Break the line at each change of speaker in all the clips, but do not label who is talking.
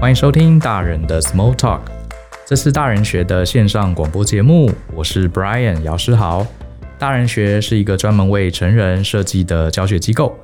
欢迎收听大人的 Small Talk，这是大人学的线上广播节目，我是 Brian 姚诗豪。大人学是一个专门为成人设计的教学机构，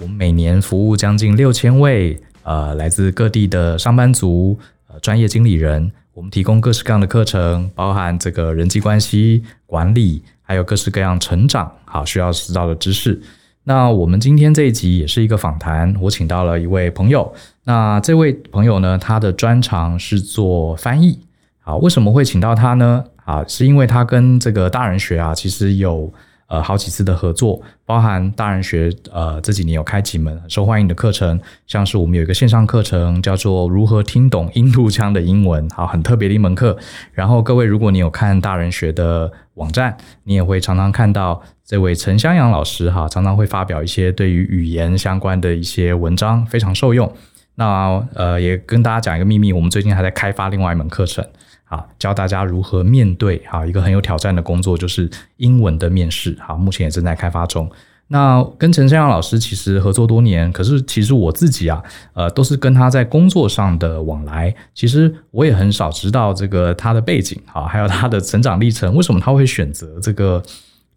我们每年服务将近六千位呃来自各地的上班族、呃专业经理人，我们提供各式各样的课程，包含这个人际关系管理，还有各式各样成长好需要知道的知识。那我们今天这一集也是一个访谈，我请到了一位朋友。那这位朋友呢，他的专长是做翻译。好，为什么会请到他呢？啊，是因为他跟这个大人学啊，其实有呃好几次的合作，包含大人学呃这几年有开几门很受欢迎的课程，像是我们有一个线上课程叫做《如何听懂印度腔的英文》，好，很特别的一门课。然后各位，如果你有看大人学的网站，你也会常常看到这位陈湘阳老师哈，常常会发表一些对于语言相关的一些文章，非常受用。那呃，也跟大家讲一个秘密，我们最近还在开发另外一门课程，好教大家如何面对啊好一个很有挑战的工作，就是英文的面试，好，目前也正在开发中。那跟陈先阳老师其实合作多年，可是其实我自己啊，呃，都是跟他在工作上的往来，其实我也很少知道这个他的背景啊，还有他的成长历程，为什么他会选择这个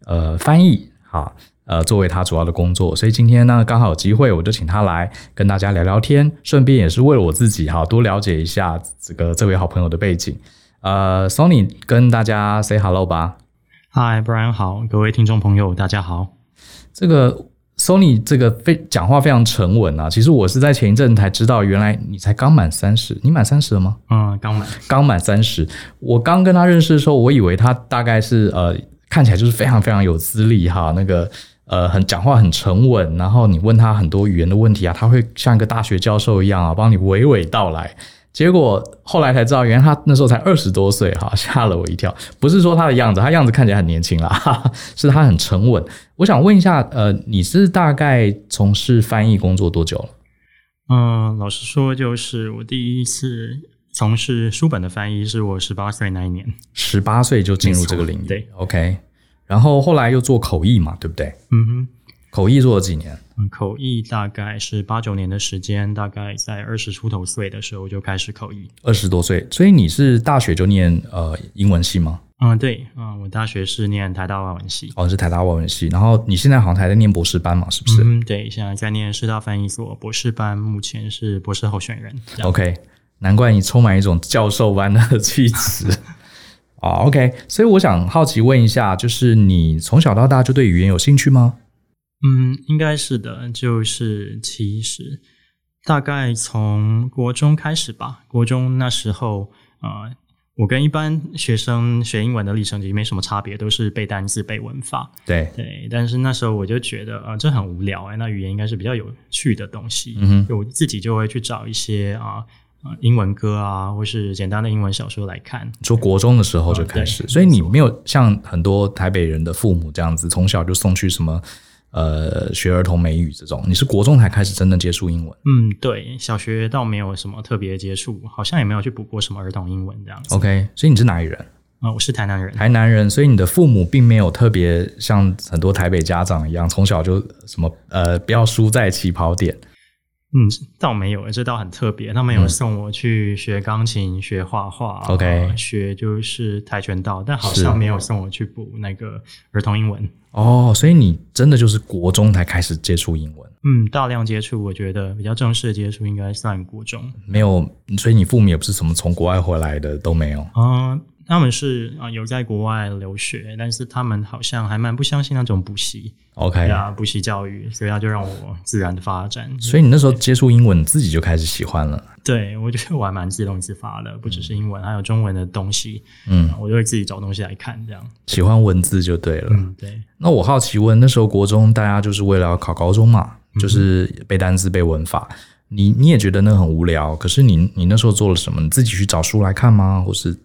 呃翻译啊，呃作为他主要的工作，所以今天呢刚好有机会，我就请他来跟大家聊聊天，顺便也是为了我自己哈多了解一下这个这位好朋友的背景。呃，Sony 跟大家 say hello 吧。
嗨，Brian 好，各位听众朋友，大家好。
这个 Sony 这个非讲话非常沉稳啊，其实我是在前一阵才知道，原来你才刚满三十，你满三十了吗？
嗯，刚满，
刚满三十，我刚跟他认识的时候，我以为他大概是呃看起来就是非常非常有资历哈，那个呃很讲话很沉稳，然后你问他很多语言的问题啊，他会像一个大学教授一样啊，帮你娓娓道来。结果后来才知道，原来他那时候才二十多岁哈， 吓了我一跳。不是说他的样子，他样子看起来很年轻啦， 哈哈是他很沉稳。我想问一下，呃，你是大概从事翻译工作多久了？
嗯，老实说，就是我第一次从事书本的翻译，是我十八岁那一年。
十八岁就进入这个领域，
没错对
，OK。然后后来又做口译嘛，对不对？
嗯哼
口译做了几年？
嗯，口译大概是八九年的时间，大概在二十出头岁的时候就开始口译。
二十多岁，所以你是大学就念呃英文系吗？
嗯，对，嗯，我大学是念台大外文系。
哦，是台大外文系。然后你现在好像还在念博士班嘛，是不是、
嗯，对，现在在念师大翻译所博士班，目前是博士候选人。这样
o k 难怪你充满一种教授般的气质。 哦，OK，所以我想好奇问一下，就是你从小到大就对语言有兴趣吗？
嗯，应该是的，就是其实大概从国中开始吧。国中那时候，呃，我跟一般学生学英文的历程其实没什么差别，都是背单词、背文法。
对，
对，但是那时候我就觉得，啊、这很无聊哎、那语言应该是比较有趣的东西。
嗯哼，
我自己就会去找一些啊、呃英文歌啊，或是简单的英文小说来看。
你说国中的时候就开始，
哦对
所以你没有像很多台北人的父母这样子，从小就送去什么呃学儿童美语这种，你是国中才开始真正接触英文。
嗯，对，小学倒没有什么特别接触，好像也没有去补过什么儿童英文这样子。
OK，所以你是哪里人？
啊、我是台南人。
台南人，所以你的父母并没有特别像很多台北家长一样，从小就什么呃不要输在起跑点。
嗯，倒没有，这倒很特别。他们有
嗯
送我去学钢琴、学画画
OK
呃学就是跆拳道，但好像
是
没有送我去补那个儿童英文。
哦，所以你真的就是国中才开始接触英文，
嗯，大量接触，我觉得比较正式的接触应该算国中。
没有，所以你父母也不是什么从国外回来的都没有。
嗯、他们是啊、呃有在国外留学，但是他们好像还蛮不相信那种补习
OK，、
对啊，补习教育，所以他就让我自然的发展。
所以你那时候接触英文，你自己就开始喜欢了。
对我觉得我还蛮自动自发的，不只是英文，还有中文的东西，啊
嗯，
我就会自己找东西来看，这样。
喜欢文字就对了。
嗯，对。
那我好奇问，那时候国中大家就是为了要考高中嘛，
嗯
就是背单词、背文法。你你也觉得那很无聊，可是你你那时候做了什么？你自己去找书来看吗？或是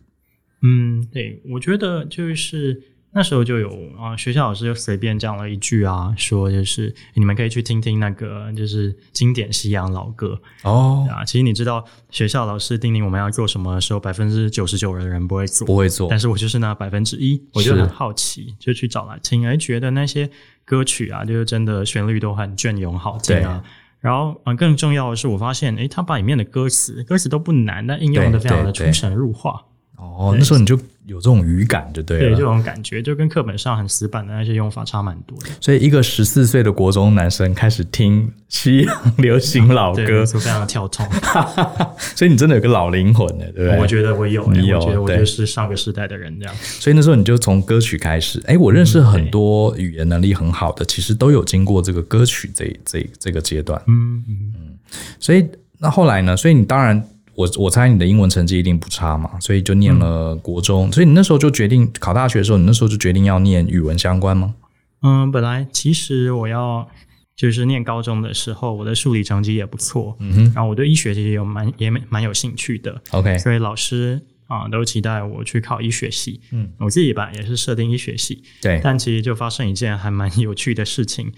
嗯，对，我觉得就是那时候就有啊、学校老师就随便讲了一句啊，说就是你们可以去听听那个就是经典西洋老歌
哦
啊。其实你知道，学校老师叮咛我们要做什么的时候，百分之九十九的人不会做，
不会做
但是我就是那百分之一，我就是很好奇，就去找来听，哎，觉得那些歌曲啊，就是真的旋律都很隽永好听啊。然后，嗯、呃，更重要的是，我发现，诶，他把里面的歌词，歌词都不难，但应用的非常的
对
出
对
神入化，
哦，那时候你就有这种语感，就对啊
对
了。
这种感觉，就跟课本上很死板的那些用法差蛮多的。
所以，一个十四岁的国中男生开始听西洋流行老
对，
歌，
就非常的跳痛。
所以你真的有个老灵魂了， 对不对？
我觉得我有，
你
诶
有
我觉得我
对
就是上个时代的人这样。
所以那时候你就从歌曲开始。哎，我认识很多语言能力很好的，其实都有经过这个歌曲这一这一这个阶段。
嗯嗯，
所以那后来呢？所以你当然，我我猜你的英文成绩一定不差嘛，所以就念了国中。所以你那时候就决定考大学的时候，你那时候就决定要念语文相关吗？
嗯，本来其实我要就是念高中的时候，我的数理成绩也不错，
嗯哼
然后我对医学其实有蛮也蛮蛮有兴趣的，
，OK，
所以老师啊、都期待我去考医学系。
嗯，
我自己吧也是设定医学系，
对，
但其实就发生一件还蛮有趣的事情，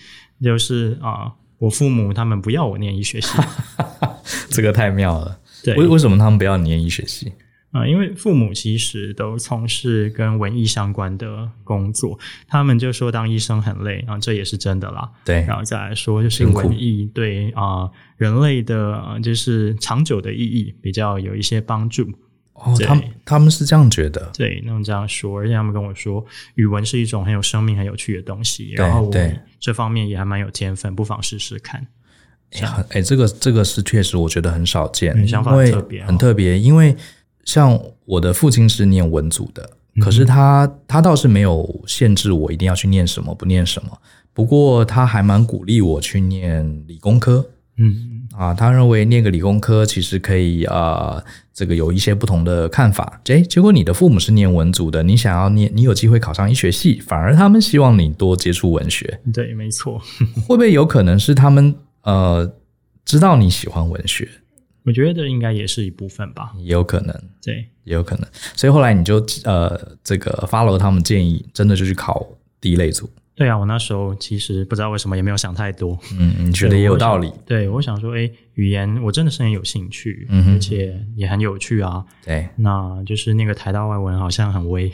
就是啊、我父母他们不要我念医 学系，
这个太妙了。
对，
为为什么他们不要你念医学系？
呃，因为父母其实都从事跟文艺相关的工作，他们就说当医生很累啊、这也是真的啦。
对
然后再来说，就是
辛苦
文艺对啊、呃人类的、呃就是长久的意义比较有一些帮助。
哦，
对
他们他们是这样觉得。
对，那么这样说，而且他们跟我说，语文是一种很有生命、很有趣的东西，
对
然后我
对
这方面也还蛮有天分，不妨试试看。
哎、很哎这个这个是确实，我觉得很少见，
嗯想法
因
很
为
特别哦
很特别。因为像我的父亲是念文组的，
嗯
可是他他倒是没有限制我一定要去念什么，不念什么。不过他还蛮鼓励我去念理工科
嗯，
啊，他认为念个理工科其实可以呃，这个有一些不同的看法。哎，结果你的父母是念文组的，你想要念，你有机会考上医学系，反而他们希望你多接触文学。
嗯对，没错。
会不会有可能是他们呃知道你喜欢文学，
我觉得应该也是一部分吧。
也有可能，
对，
也有可能。所以后来你就呃这个 follow 他们建议，真的就去考第一类组。
对啊，我那时候其实不知道为什么也没有想太多。
嗯，你觉得也有道理？
对，我想说，哎，语言我真的是很有兴趣，
嗯哼
而且也很有趣啊。
对，
那就是那个台大外文好像很微，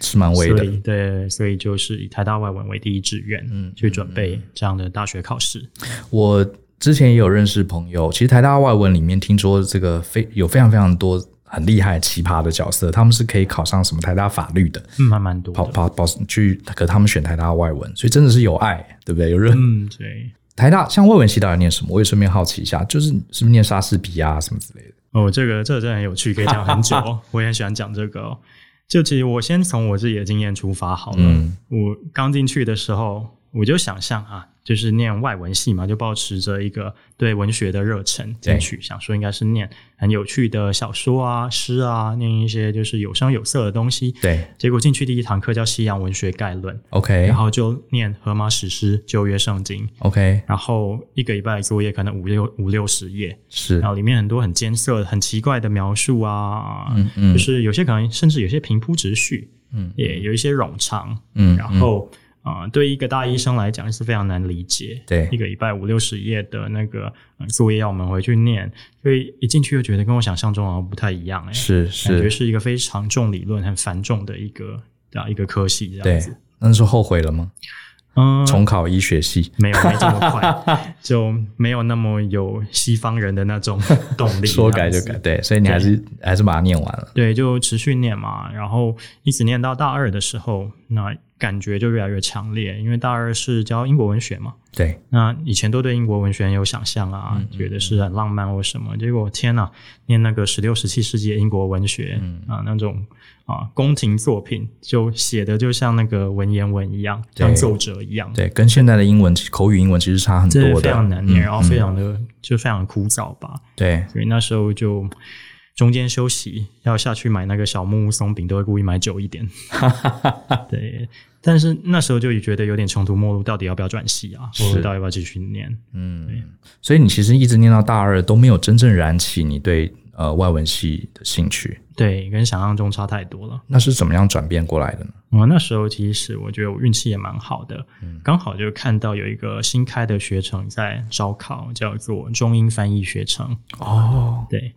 是蛮微
所
的。
以对，所以就是以台大外文为第一志愿，
嗯
去准备这样的大学考试。
我之前也有认识朋友，其实台大外文里面听说这个非有非常非常多。很厉害、奇葩的角色，他们是可以考上什么台大法律的，
嗯，还蛮多
跑
的。
跑跑去，可他们选台大外文，所以真的是有爱，对不对？有热
嗯，对。
台大像外文系到底念什么？我也顺便好奇一下，就是是不是念莎士比亚啊什么之类的？
哦，这个这个真的很有趣，可以讲很久哦。我也很喜欢讲这个、哦。就其实我先从我自己的经验出发好了。
嗯
我刚进去的时候，我就想象啊，就是念外文系嘛，就保持着一个对文学的热忱进去，想说应该是念很有趣的小说啊、诗啊，念一些就是有声有色的东西。
对
结果进去第一堂课叫《西洋文学概论》，
，OK
然后就念《荷马史诗》《旧约圣经》，
OK，
然后一个礼拜的作业可能五六五六十页，
是
然，后里面很多很艰涩、很奇怪的描述啊，
嗯嗯
就是有些可能甚至有些平铺直叙，
嗯
也有一些冗长，
嗯，
然后啊、呃对一个大医生来讲是非常难理解。
对
一个礼拜五六十页的那个、呃作业要我们回去念，所以一进去就觉得跟我想象中好像不太一样、欸，
是
感觉
是，
是一个非常重理论、很繁重的一个啊一个科系这样
对
子。，
那时候后悔了吗？
嗯，
重考医学系，
没有没这么 快，就没有那么有西方人的那种动 力，
说改就改，。对，所以你还是还是把它念完了。
对，就持续念嘛，然后一直念到大二的时候，那感觉就越来越强烈，因为大二是教英国文学嘛，
对，
那以前都对英国文学很有想象啊，
嗯
觉得是很浪漫或什么，结果天呐，念那个十六、十七世纪的英国文学、
嗯
啊，那种啊宫廷作品，就写的就像那个文言文一样，
对
像奏折一样，
对，跟现在的英文口语英文其实差很
这
多
非常
的。嗯
难念，然后非常的、就非常枯燥吧，
对，
所以那时候就。中间休息要下去买那个小木屋松饼，都会故意买久一点。对，但是那时候就觉得有点穷途末路，到底要不要转系啊？
是
或者到底要不要继续念？
嗯，所以你其实一直念到大二都没有真正燃起你对呃外文系的兴趣，
对，跟想象中差太多了。
那是怎么样转变过来的呢？
我那时候其实我觉得我运气也蛮好的，刚好就看到有一个新开的学程在招考，叫做中英翻译学程。
哦，
对，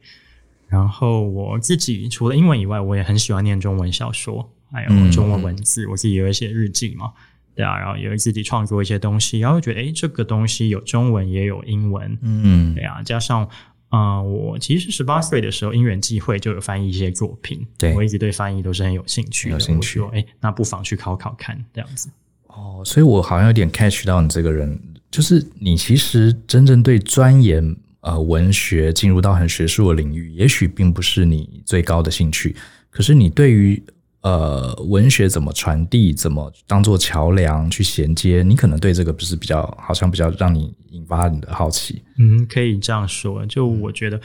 然后我自己除了英文以外，我也很喜欢念中文小说，还
嗯
有中文文字，我自己有一些日记嘛。对啊，然后也会自己创作一些东西，然后觉得诶，这个东西有中文也有英文，
嗯
对，啊，加上啊、呃我其实十八岁的时候因缘际会就有翻译一些作品，
对
我一直对翻译都是很有兴趣的，
有兴趣
我说诶，那不妨去考考看这样子。
哦，所以我好像有点 catch 到你这个人，就是你其实真正对钻研呃文学进入到很学术的领域，也许并不是你最高的兴趣，可是你对于呃文学怎么传递，怎么当做桥梁去衔接，你可能对这个不是比较好像比较让你引发你的好奇，
嗯，可以这样说。就我觉得，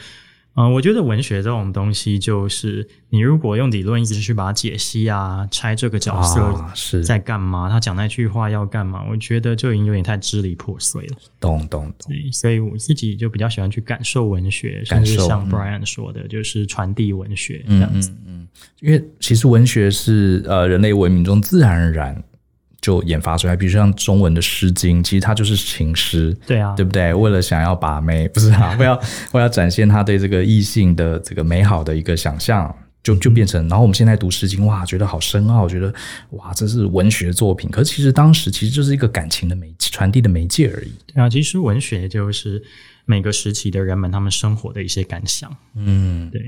嗯、我觉得文学这种东西，就是你如果用理论一直去把它解析啊，拆这个角色
啊是
在干嘛，他讲那句话要干嘛，我觉得就已经有点太支离破碎了。
懂懂懂，
对，所以我自己就比较喜欢去感受文学，
感
甚至
受
像
嗯
Brian 说的，就是传递文学这
嗯
样子。
嗯嗯，因为其实文学是呃人类文明中自然而然就研发出来，比如像中文的《诗经》，其实它就是情诗，
对啊，
对不对？为了想要把妹，不是 啊，为了为了展现他对这个异性的这个美好的一个想象，就就变成。然后我们现在读《诗经》，哇，觉得好深奥，觉得哇，这是文学作品。可是其实当时其实就是一个感情的媒传递的媒介而已。
对啊，其实文学就是每个时期的人们他们生活的一些感想。
嗯，
对，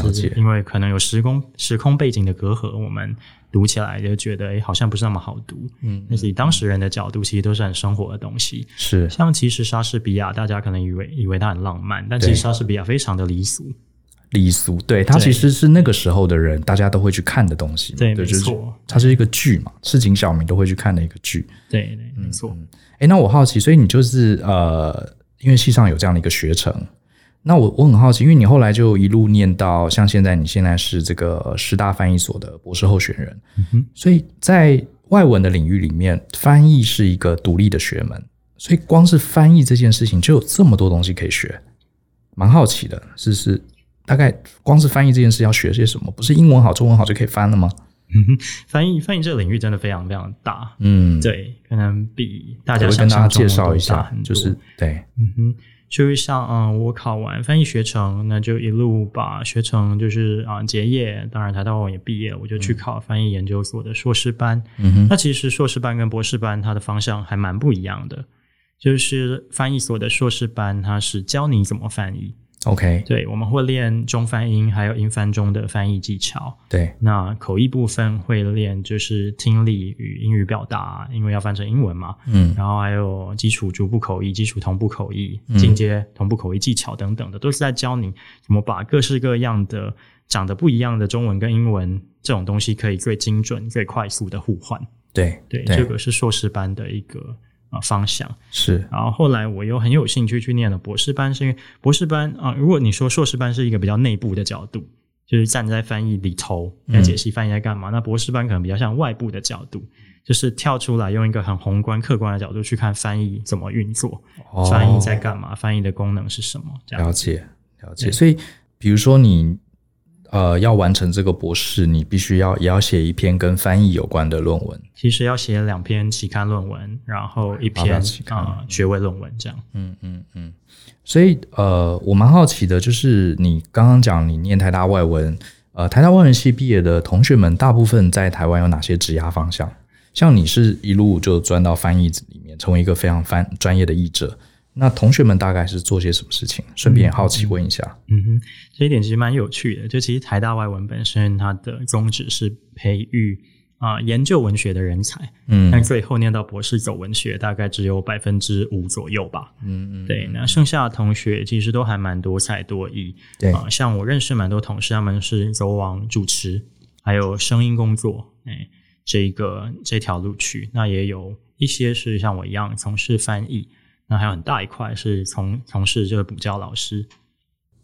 了
是
解
因为可能有时空时空背景的隔阂，我们读起来就觉得，哎，好像不是那么好读。
嗯，
但是以当事人的角度，其实都是很生活的东西。
是
像其实莎士比亚，大家可能以为以为他很浪漫，但其
对
实莎士比亚非常的离俗。
离俗，对，它其实是那个时候的人大家都会去看的东西嘛。
对没
就是
错
它是一个剧嘛，市井小民都会去看的一个剧。
对对，没错。
哎，那我好奇，所以你就是呃，因为系上有这样的一个学程，那我我很好奇，因为你后来就一路念到像现在，你现在是这个师大翻译所的博士候选人，
哼
所以在外文的领域里面，翻译是一个独立的学门，所以光是翻译这件事情就有这么多东西可以学，蛮好奇的，是是。大概光是翻译这件事要学些什么？不是英文好、中文好就可以翻了吗？
嗯翻译翻译这个领域真的非常非常大。
嗯，，
对，可能比大
我
家
会
想
跟大
象
家
中
介
的
绍
都
一
大
下
很，
就
多
是对，
嗯哼，就是像嗯，我考完翻译学程，那就一路把学程就是啊、结业，当然台大外文也毕业，我就去考翻译研究所的硕士班。
嗯哼，
那其实硕士班跟博士班它的方向还蛮不一样的，就是翻译所的硕士班它是教你怎么翻译，
OK，
对，我们会练中翻英还有英翻中的翻译技巧。
对，
那口译部分会练就是听力与英语表达，因为要翻成英文嘛。
嗯
然后还有基础逐步口译、基础同步口译
嗯、
进阶同步口译技巧等等的，都是在教你怎么把各式各样的、长得不一样的中文跟英文这种东西，可以最精准、最快速的互换。
对，
对，
对
这个是硕士班的一个呃方向。
是，
然后后来我又很有兴趣去念了博士班，是因为博士班啊、如果你说硕士班是一个比较内部的角度，就是站在翻译里头
嗯
来解析翻译在干嘛，那博士班可能比较像外部的角度，就是跳出来用一个很宏观、客观的角度去看翻译怎么运作，
哦
翻译在干嘛，翻译的功能是什么，这样
了解了解。所以，比如说你呃要完成这个博士，你必须要也要写一篇跟翻译有关的论文。
其实要写两篇期刊论文，然后一
发表
篇
期刊
啊、学位论文这样。
嗯嗯嗯。所以呃，我蛮好奇的，就是你刚刚讲你念台大外文，呃，台大外文系毕业的同学们，大部分在台湾有哪些职涯方向？像你是一路就钻到翻译里面，成为一个非常翻专业的译者。那同学们大概是做些什么事情？顺便也好奇问一下。
嗯哼，这一点其实蛮有趣的。就其实台大外文本身它的宗旨是培育啊、研究文学的人才，
嗯
但最后念到博士走文学大概只有百分之五左右吧。
嗯嗯，
对，那剩下的同学其实都还蛮多才多艺
对
啊、像我认识蛮多同事，他们是走往主持还有声音工作，哎，这一个这条路去。那也有一些是像我一样从事翻译，那还有很大一块是从从事这个补教老师。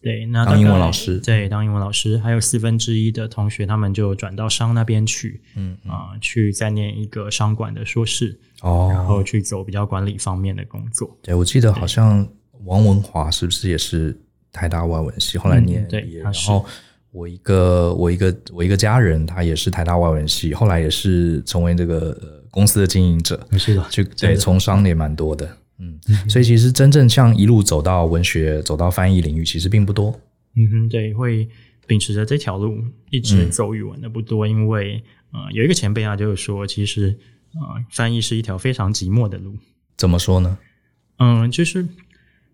对，那
当
大
英文
概
老师
对，当英文老师，还有四分之一的同学，他们就转到商那边去，
嗯嗯
啊、去再念一个商管的硕士，然
哦，
后去走比较管理方面的工作。
对，我记得好像王文华是不是也是台大外文系，后来念
嗯对
毕业，
他
然
是
后我一个我一个我一个家人，他也是台大外文系，后来也是成为这个呃公司的经营者，
是的，
就对
的
从商的也蛮多的。嗯，所以其实真正像一路走到文学、走到翻译领域，其实并不多。
嗯哼，对，会秉持着这条路一直
嗯
啊走语文的不多，因为呃，有一个前辈他就是说，其实呃，翻译是一条非常寂寞的路。
怎么说呢？
嗯，就是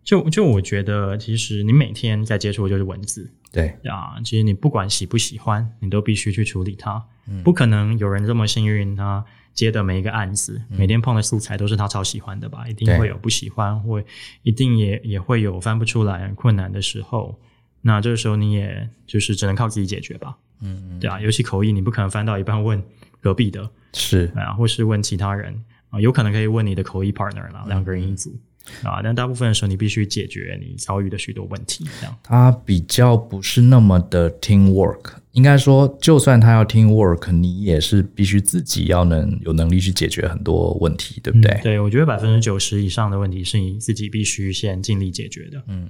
就就我觉得，其实你每天在接触的就是文字
对，
啊，其实你不管喜不喜欢，你都必须去处理它。
嗯
不可能有人这么幸运，他接的每一个案子，每天碰的素材都是他超喜欢的吧？一定
嗯对
会有不喜欢，或一定也也会有翻不出来困难的时候。那这个时候你也就是只能靠自己解决吧，
嗯嗯，
对啊，尤其口译，你不可能翻到一半问隔壁的，
是
啊，或是问其他人啊、有可能可以问你的口译 partner 啦，两个人一组
嗯
啊，但大部分的时候你必须解决你遭遇的许多问题，这样
他比较不是那么的 team work。应该说，就算他要 team work，你也是必须自己要能有能力去解决很多问题，对不对？
嗯对我觉得百分之九十以上的问题是你自己必须先尽力解决的，
嗯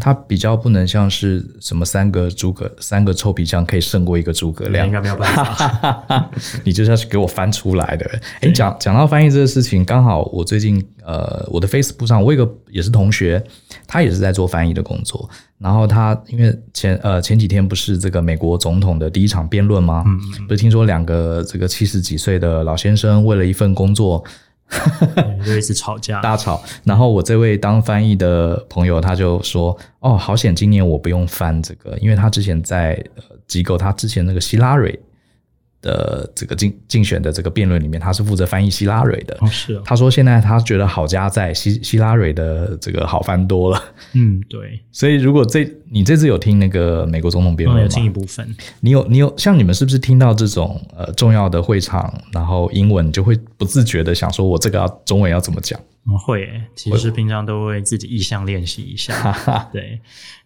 它比较不能像是什么三个诸葛三个臭皮匠可以胜过一个诸葛
对
亮
应，该没有办法。
你就是要去给我翻出来的。哎、讲讲到翻译这个事情，刚好我最近呃，我的 Facebook 上我有一个也是同学，他也是在做翻译的工作。然后他因为前呃前几天不是这个美国总统的第一场辩论吗？不是听说两个这个七十几岁的老先生为了一份工作
对就一直吵架。
大吵。然后我这位当翻译的朋友他就说：“哦，好险，今年我不用翻这个，因为他之前在呃机构，他之前那个希拉蕊的这个竞竞选的这个辩论里面，他是负责翻译希拉蕊的。
哦，是哦，
他说现在他觉得好家在希希拉蕊的这个好翻多了。
嗯，对，
所以如果这你这次有听那个美国总统辩
我
论
有
吗？
听一部分，
你有你有像你们是不是听到这种呃重要的会场，然后英文就会不自觉的想说，我这个要中文要怎么讲？
嗯会耶，其实平常都会自己意向练习一下。 对，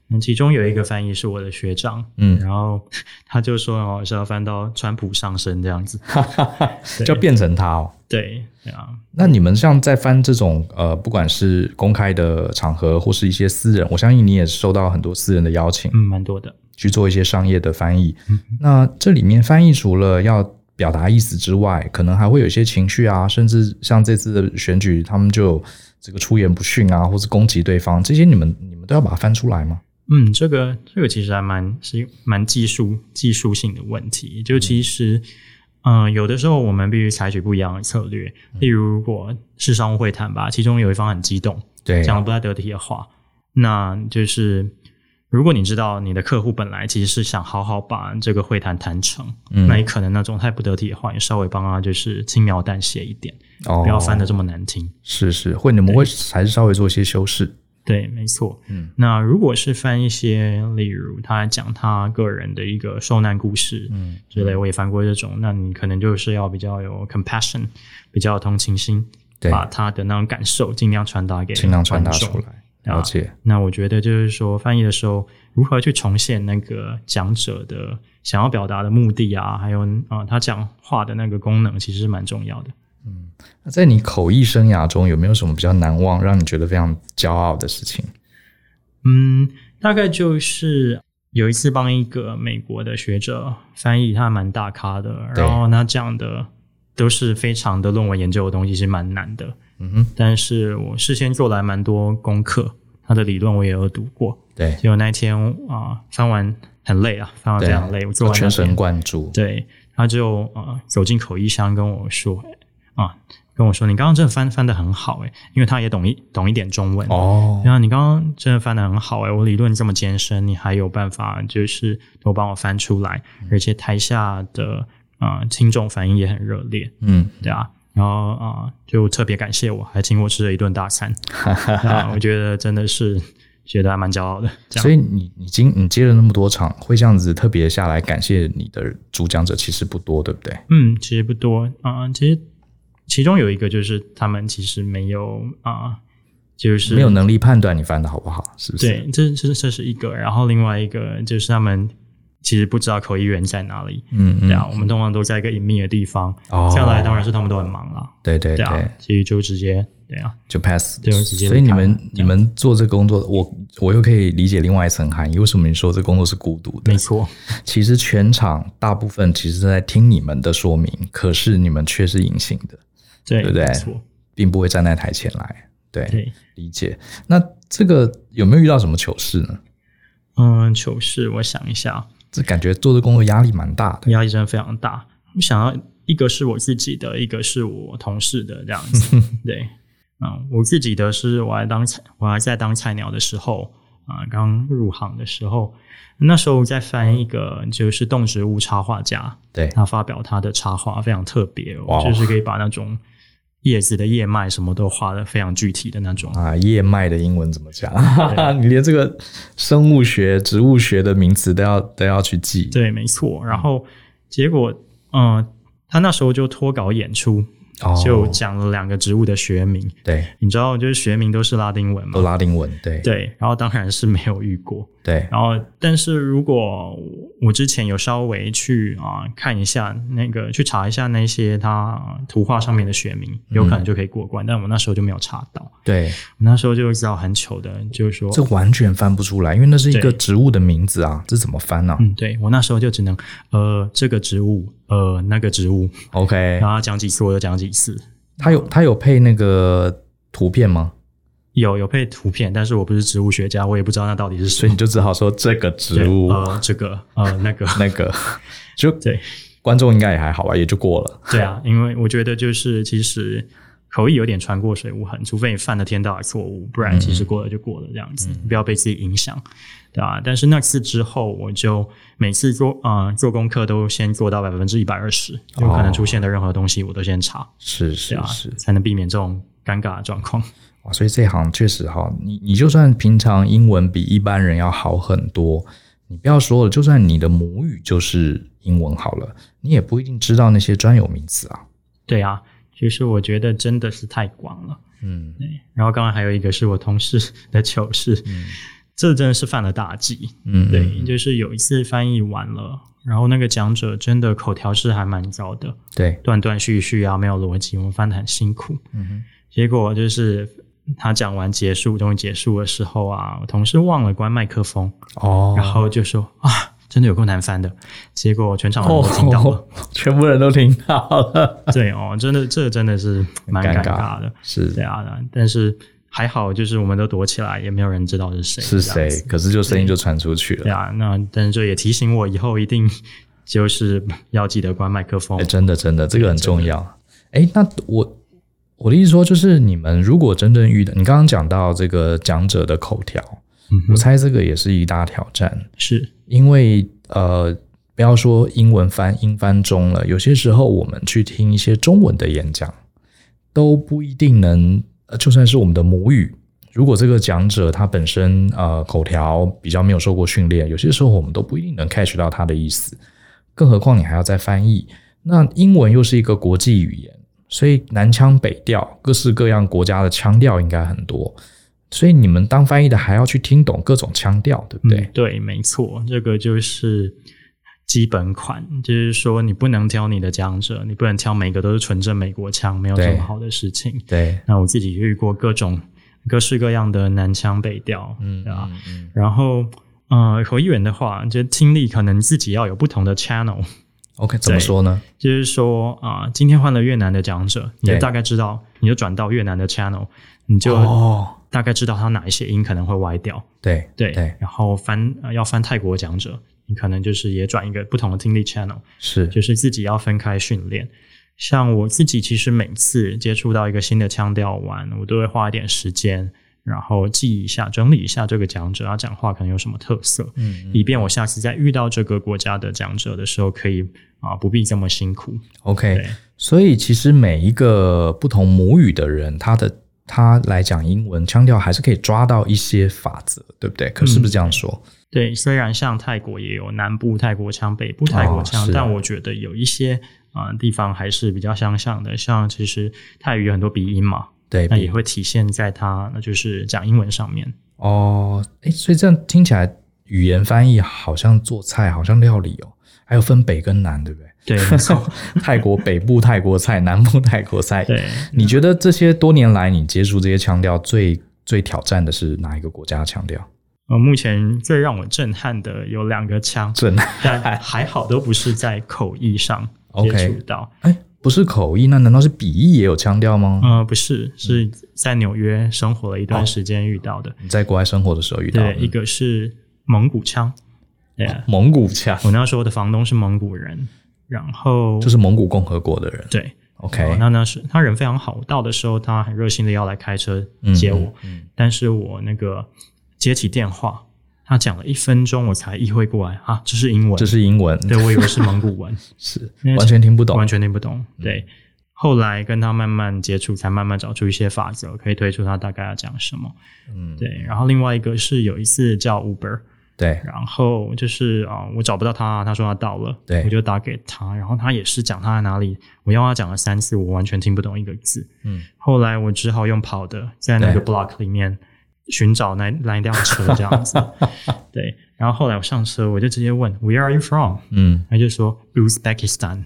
那其中有一个翻译是我的学长，
嗯
然后他就说哦是要翻到川普上身这样 子。对
就变成他哦。
对，对啊，
那你们像在翻这种呃，不管是公开的场合或是一些私人，我相信你也收到很多私人的邀请
嗯，蛮多的。
去做一些商业的翻译。
嗯
那这里面翻译除了要表达意思之外，可能还会有一些情绪啊，甚至像这次的选举，他们就有这个出言不逊啊，或是攻击对方，这些你们你们都要把它翻出来吗？
嗯，这个这个其实还蛮是蛮技术技术性的问题。就其实，嗯、有的时候我们必须采取不一样的策略。例如，如果是商务会谈吧，其中有一方很激动，
对
讲的不太得体的话，那就是如果你知道你的客户本来其实是想好好把这个会谈谈成，
嗯
那你可能那种太不得体的话，你稍微帮他就是轻描淡写一点，
哦
不要翻的这么难听。
是是会，你们会还是稍微做一些修饰。
对，没错。
嗯，
那如果是翻一些，例如他讲他个人的一个受难故事，
嗯，
之类，我也翻过这种，那你可能就是要比较有 compassion，比较有同情心，
对
把他的那种感受尽量传达给
尽量传达
观众
出来。了解，
那我觉得就是说，翻译的时候如何去重现那个讲者的想要表达的目的啊，还有啊、呃他讲话的那个功能，其实是蛮重要的。
那在你口译生涯中，有没有什么比较难忘，让你觉得非常骄傲的事情？
嗯，大概就是有一次帮一个美国的学者翻译，他还蛮大咖的，
对
然后他讲的都是非常的论文研究的东西，是蛮难的。
嗯哼，
但是我事先做了蛮多功课，他的理论我也有读过。
对，
结果那一天啊、翻完很累啊，翻完非常累，我做完
全
那篇
神贯注。
对，他就呃走进口译箱跟我说啊，跟我说你刚刚真的翻翻的很好诶、欸因为他也懂一懂一点中文。
哦，
然后你刚刚真的翻的很好哎、我理论这么艰深，你还有办法就是都帮我翻出来，而且台下的呃听众反应也很热烈，
嗯，
对啊，然后啊、呃就特别感谢我，还请我吃了一顿大 餐，啊，我觉得真的是觉得还蛮骄傲的。这样
所以你你今你接了那么多场，会这样子特别下来感谢你的主讲者其实不多，对不对？
嗯，其实不多啊、呃其实其中有一个就是他们其实没有啊、呃就是
没有能力判断你翻的好不好，是不是？
对，这这这是一个，然后另外一个就是他们其实不知道口译员在哪里。
嗯嗯，
对啊，我们通常都在一个隐秘的地方。
哦
下来当然是他们都很忙啦，
对对对，
对啊，所以就直接对啊，
就 pass。
对我直接
所以你
离
们
开
你们做这个工作，我我又可以理解另外一层含义，为什么你说这工作是孤独的
没？错，
其实全场大部分其实是在听你们的说明，可是你们却是隐形的。
对
对不对
没错，
并不会站在台前来。对，
对，
理解。那这个有没有遇到什么糗事呢？
嗯，糗事我想一下，
这感觉做这工作压力蛮大的。
压力真的非常大。我想要一个是我自己的，一个是我同事的这样 子。对，嗯，我自己的是我还当菜，我还在当菜鸟的时候啊、刚入行的时候，那时候在翻一个就是动植物插画家，
对，
他发表他的插画非常特别、哦，
哇哦
就是可以把那种叶子的叶脉什么都画的非常具体的那种。
啊，叶脉的英文怎么讲？ 你连这个生物学、植物学的名词都要都要去记。
对，没错。然后结果，嗯、他那时候就脱稿演出，
哦，
就讲了两个植物的学名。
对，
你知道，就是学名都是拉丁文嘛
都？拉丁文。对
对，然后当然是没有遇过。
对
然后，但是如果我之前有稍微去啊、看一下那个，去查一下那些它图画上面的学名，有
嗯
可能就可以过关。但我那时候就没有查到，
对，
我那时候就知道很糗的，就是说，
这完全翻不出来，因为那是一个
对
植物的名字啊，这怎么翻呢、啊
嗯，对我那时候就只能呃这个植物，呃那个植物，
？OK，
然后讲几次我就讲几次。
它有它有配那个图片吗？
有有配图片，但是我不是植物学家，我也不知道那到底是 什
所以
么
你就只好说这个植
对
物、
呃，这个呃 那个，
那个，就
对
观众应该也还好吧，也就过了。
对啊，因为我觉得就是其实口译有点穿过水无痕，除非你犯了天大的错误，不然
嗯
其实过了就过了这样子，不要被自己影响，对吧、但是那次之后，我就每次做呃做功课都先做到百分之一百二十，有可能出现的任何东西我都先查，
是
对
是
啊
哦是，，
才能避免这种尴尬的状况。
哇，所以这行确实哈，你你就算平常英文比一般人要好很多，你不要说了，就算你的母语就是英文好了，你也不一定知道那些专有名词啊。
对啊，其实我觉得真的是太广了。
嗯，
对，然后刚刚还有一个是我同事的糗事，这真的是犯了大忌。
嗯，
对，
嗯
就是有一次翻译完了，然后那个讲者真的口条是还蛮高的，
对，
断断续续啊，没有逻辑，我们翻得很辛苦。
嗯哼，
结果就是他讲完结束，终于结束的时候啊，我同事忘了关麦克风，然
哦，
后就说啊，真的有够难翻的。结果全场人都听到 了。
哦，全部人都听到了，
对哦，真的，这真的是蛮
尴
尴
尬
尬的。
是
对啊，但是还好，就是我们都躲起来，也没有人知道是谁。
是
这样
谁
子？
可是就声音就传出去
对
了。
啊，那但是这也提醒我以后一定 就是要记得关麦克风
哎，。真的真的，这个很重要。哎，那我我的意思说，就是你们如果真正遇到，你刚刚讲到这个讲者的口条，
嗯
我
哼，
猜这个也是一大挑战。
是
因为呃，不要说英文翻英翻中了，有些时候我们去听一些中文的演讲，都不一定能，呃就算是我们的母语，如果这个讲者他本身呃口条比较没有受过训练，有些时候我们都不一定能 catch 到他的意思，更何况你还要再翻译。那英文又是一个国际语言，所以南腔北调，各式各样国家的腔调应该很多。所以你们当翻译的还要去听懂各种腔调，对不对？
嗯对，没错，这个就是基本款，就是说你不能挑你的讲者，你不能挑每个都是纯正美国腔，没有
对
什么好的事情。
对，
那我自己遇过各种各式各样的南腔北调，
嗯
对吧？
嗯嗯
然后，呃，口译员的话，就听力可能自己要有不同的 channel，
OK，怎么说呢？
就是说啊、今天换了越南的讲者，你就
对
大概知道，你就转到越南的 channel，你就
哦，
大概知道他哪一些音可能会歪掉，
对
对，
对
然后翻、呃要翻泰国讲者，你可能就是也转一个不同的听力 channel，
是，
就是自己要分开训练。像我自己，其实每次接触到一个新的腔调玩，我都会花一点时间，然后记一下、整理一下这个讲者他讲话可能有什么特色，
嗯嗯
以便我下次在遇到这个国家的讲者的时候，可以啊、不必这么辛苦。
，OK
对。
所以其实每一个不同母语的人，他的他来讲英文腔调还是可以抓到一些法则，对不对？可是不是这样
嗯
说？
对，虽然像泰国也有南部泰国腔、北部泰国腔，
哦是啊
但我觉得有一些啊、呃地方还是比较相像的，像其实泰语有很多鼻音嘛，
对，
那
比
也会体现在它那就是讲英文上面。
哦，哎，所以这样听起来，语言翻译好像做菜，好像料理哦，还有分北跟南，对不对？
对，没错，
泰国北部泰国菜，南部泰国菜。
对。
你觉得这些多年来你接触这些腔调最最挑战的是哪一个国家的腔调？
呃，目前最让我震撼的有两个腔，
震撼。
但还好都不是在口译上
OK
接触到。
哎，不是口译，那难道是笔译也有腔调吗？
呃，不是，是在纽约生活了一段时间遇到的。
你在国外哦生活的时候遇到
对，一个是蒙古腔，对啊，
蒙古腔
我那时候的房东是蒙古人，然后
就是蒙古共和国的人。
对，
OK，
哦那那是他人非常好，我到的时候他很热心的要来开车接我，
嗯
但是我那个接起电话，他讲了一分钟，我才意会过来啊，这是英文，
这是英文，
对我以为是蒙古文，
是
因为
完全听 不懂，嗯
完全听不懂。对，后来跟他慢慢接触，才慢慢找出一些法则，可以推出他大概要讲什么。
嗯，
对，然后另外一个是有一次叫 Uber，
对
然后就是啊、我找不到他，他说他到了，
对
我就打给他，然后他也是讲他在哪里，我要他讲了三次，我完全听不懂一个字。
嗯，
后来我只好用跑的，在那个 block 里面寻找那那一辆车这 样子。对，然后后来我上车，我就直接问 Where are you from？
嗯，
他就说 Uzbekistan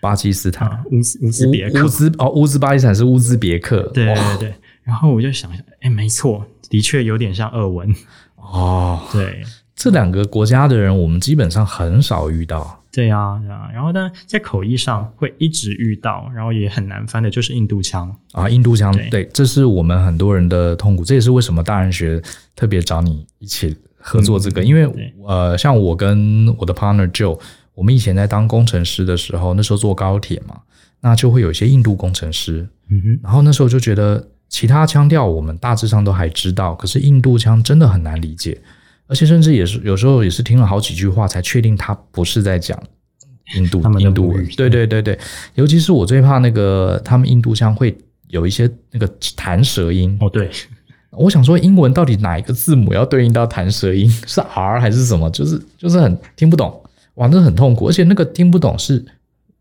巴基斯坦、
啊，乌斯乌兹别
乌
克
乌。兹哦，乌兹巴基斯坦是乌兹别克，
对
哇
对对，然后我就想，哎，没错，的确有点像俄文。
哦，
对，
这两个国家的人我们基本上很少遇到，
对啊，对啊，然后呢，在口译上会一直遇到，然后也很难翻的，就是印度腔。
啊，印度腔
对
对，这是我们很多人的痛苦，这也是为什么大人学特别找你一起合作这个，因为
嗯对
呃，像我跟我的 partner Joe，我们以前在当工程师的时候，那时候坐高铁嘛，那就会有一些印度工程师，
嗯哼，
然后那时候就觉得其他腔调我们大致上都还知道，可是印度腔真的很难理解，而且甚至也是有时候也是听了好几句话才确定他不是在讲印度
他们的
印度
母
文
语。
对对对对，尤其是我最怕那个他们印度腔会有一些那个弹舌音。
哦对，
我想说英文到底哪一个字母要对应到弹舌音？ 是 R 还是什么？就是就是很听不懂，哇，那很痛苦，而且那个听不懂是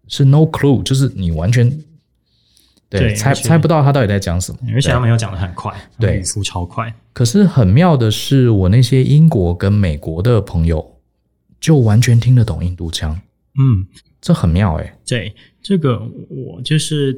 是 no clue，就是你完全。对，
对
猜
而且
猜不到他到底在讲什么，
而且他们又讲的很快，他们
对
语速超快。
可是很妙的是，我那些英国跟美国的朋友就完全听得懂印度腔，
嗯，
这很妙哎、
对，这个我就是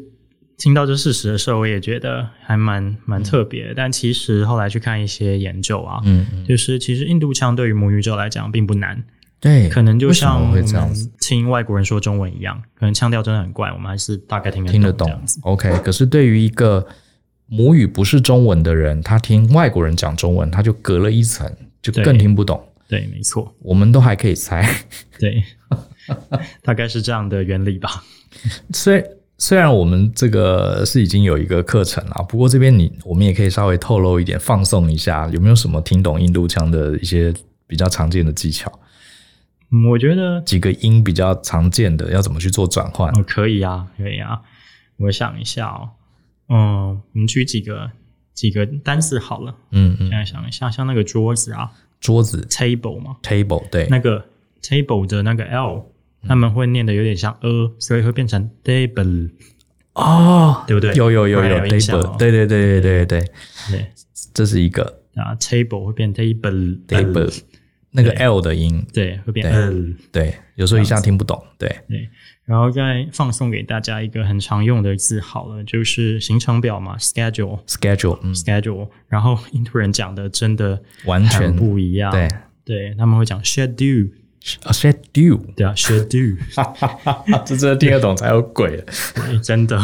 听到这事实的时候，我也觉得还蛮蛮特别的。但其实后来去看一些研究啊，
嗯嗯，
就是其实印度腔对于母语者来讲并不难，
对，
可能就
为什
像
么
我
会这样子
们听外国人说中文一样，可能腔调真的很怪，我们还是大概听
听得懂
懂这样子。
，OK。可是对于一个母语不是中文的人，他听外国人讲中文，他就隔了一层，就
对
更听不懂。
对，没错，
我们都还可以猜，
对， 大概是这样的原理吧。
虽虽然我们这个是已经有一个课程了，不过这边你我们也可以稍微透露一点，放松一下，有没有什么听懂印度腔的一些比较常见的技巧？
嗯，我觉得
几个音比较常见的，要怎么去做转换？
哦，可以啊，可以啊。我想一下哦，嗯，我们举几个几个单词好了。
嗯嗯
现，在想一下，像那个桌子啊
桌子
，table 嘛，
table 对
那个 table 的那个 l，他们会念的有点像 a，所以会变成 table。
哦，
对不对
有有有
不
有
然有印象
table，
哦
对对对对对对，
对，
这是一个
啊，table 会变 table
table 那个
对
l 的音，
对，会变呃
对
l。
对，有时候一下听不懂，对，
然后再放送给大家一个很常用的字好了，就是行程表嘛，schedule。
schedule 嗯，
schedule，然后印度人讲的真的
完全
很不一样，
对
对，他们会讲 schedule，
啊 schedule，
对啊，schedule，
这真的听得懂才有鬼了。
对真的，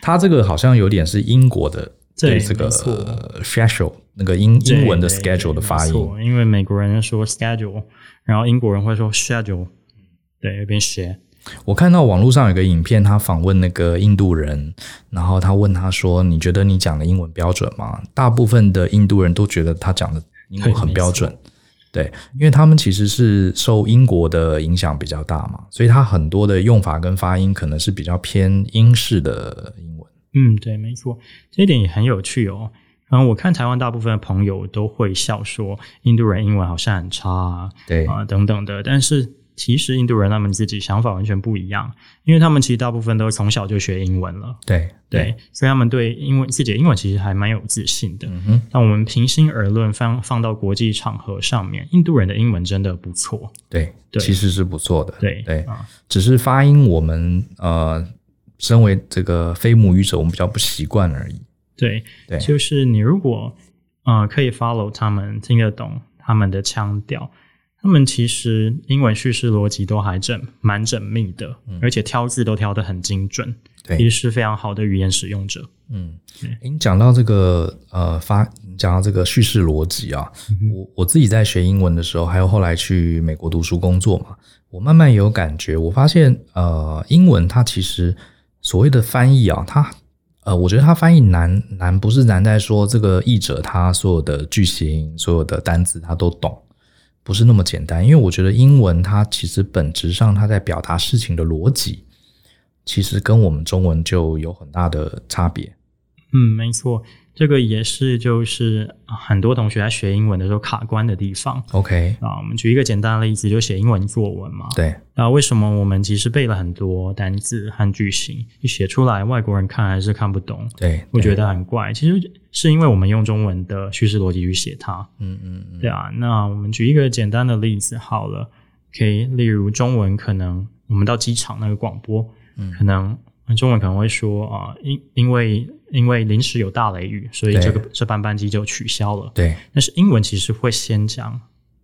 它这个好像有点是英国的对
对
这个
没错
呃 schedule 那个英 英文的
对
schedule 的发，
对对没
音，
错因为美国人说 schedule，然后英国人会说 schedule，对，有点斜，
我看到网络上有个影片，他访问那个印度人，然后他问他说：“你觉得你讲的英文标准吗？”大部分的印度人都觉得他讲的英文很标准，对，因为他们其实是受英国的影响比较大嘛，所以他很多的用法跟发音可能是比较偏英式的英文。
嗯，对，没错，这一点也很有趣哦。嗯，我看台湾大部分的朋友都会笑说印度人英文好像很差啊，
对，
啊、等等的。但是其实印度人他们自己想法完全不一样，因为他们其实大部分都从小就学英文了，
对，
对，，所以他们对英文自己的英文其实还蛮有自信的。
嗯哼，
那我们平心而论，放放到国际场合上面，印度人的英文真的不错。
对，
对
其实是不错的。
对
对，
啊，
只是发音我们呃，身为这个非母语者，我们比较不习惯而已。
对，
对，
就是你如果呃可以 follow 他们，听得懂他们的腔调，他们其
嗯
实英文叙事逻辑都还整蛮缜密的，而且挑字都挑得很精准。
对
也是非常好的语言使用者。
嗯
对，
诶你讲到这个呃发，你讲到这个叙事逻辑啊，我我自己在学英文的时候，还有后来去美国读书工作嘛，我慢慢有感觉，我发现呃，英文它其实所谓的翻译啊，它呃，我觉得它翻译难难不是难在说这个译者他所有的句型、所有的单词他都懂，不是那么简单，因为我觉得英文它其实本质上它在表达事情的逻辑，其实跟我们中文就有很大的差别。
嗯，没错，这个也是就是啊很多同学在学英文的时候卡关的地方
OK，
啊。我们举一个简单的例子，就写英文作文嘛。
对，
啊，为什么我们其实背了很多单字和句型，你写出来外国人看还是看不懂？
对，
会觉
对，
得很怪，其实是因为我们用中文的叙事逻辑去写它，
嗯嗯嗯，
对啊。那我们举一个简单的例子好了，可以，例如中文可能我们到机场那个广播，
嗯
可能呃中文可能会说啊、因因为因为临时有大雷雨，所以
对
这个这班班机就取消了。
对，
但是英文其实会先讲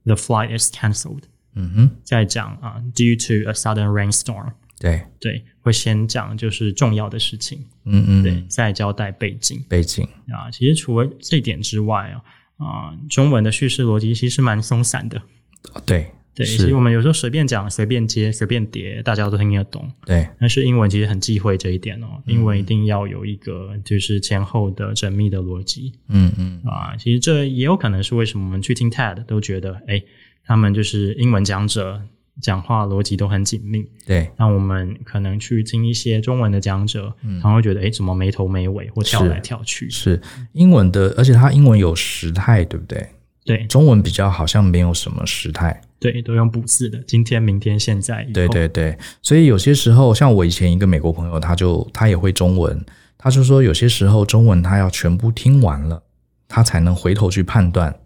the flight is cancelled，
嗯哼，
再讲啊、due to a sudden rainstorm，
对，
对，会先讲就是重要的事情，
嗯嗯，
对，，再交代背景。
背景，
啊，其实除了这一点之外啊，啊、中文的叙事逻辑其实蛮松散的。
哦对，
对，其实
是
我，们有时候随便讲、随便接、随便叠，大家都听得懂。
对，
但是英文其实很忌讳这一点哦，英
嗯
文一定要有一个就是前后的缜密的逻辑
嗯嗯，
啊。其实这也有可能是为什么我们去听 TED 都觉得，哎，他们就是英文讲者讲话逻辑都很紧密。
对，
那我们可能去听一些中文的讲者，他会觉得，哎，怎么没头没尾或
嗯
跳
是
来跳去？
是英文的，而且它英文有时态，对不对？
对，
中文比较好像没有什么时态，
对，都用补字的，今天、明天、现在、以后。
对对对，所以有些时候，像我以前一个美国朋友，他就他也会中文，他就说有些时候中文他要全部听完了，他才能回头去判断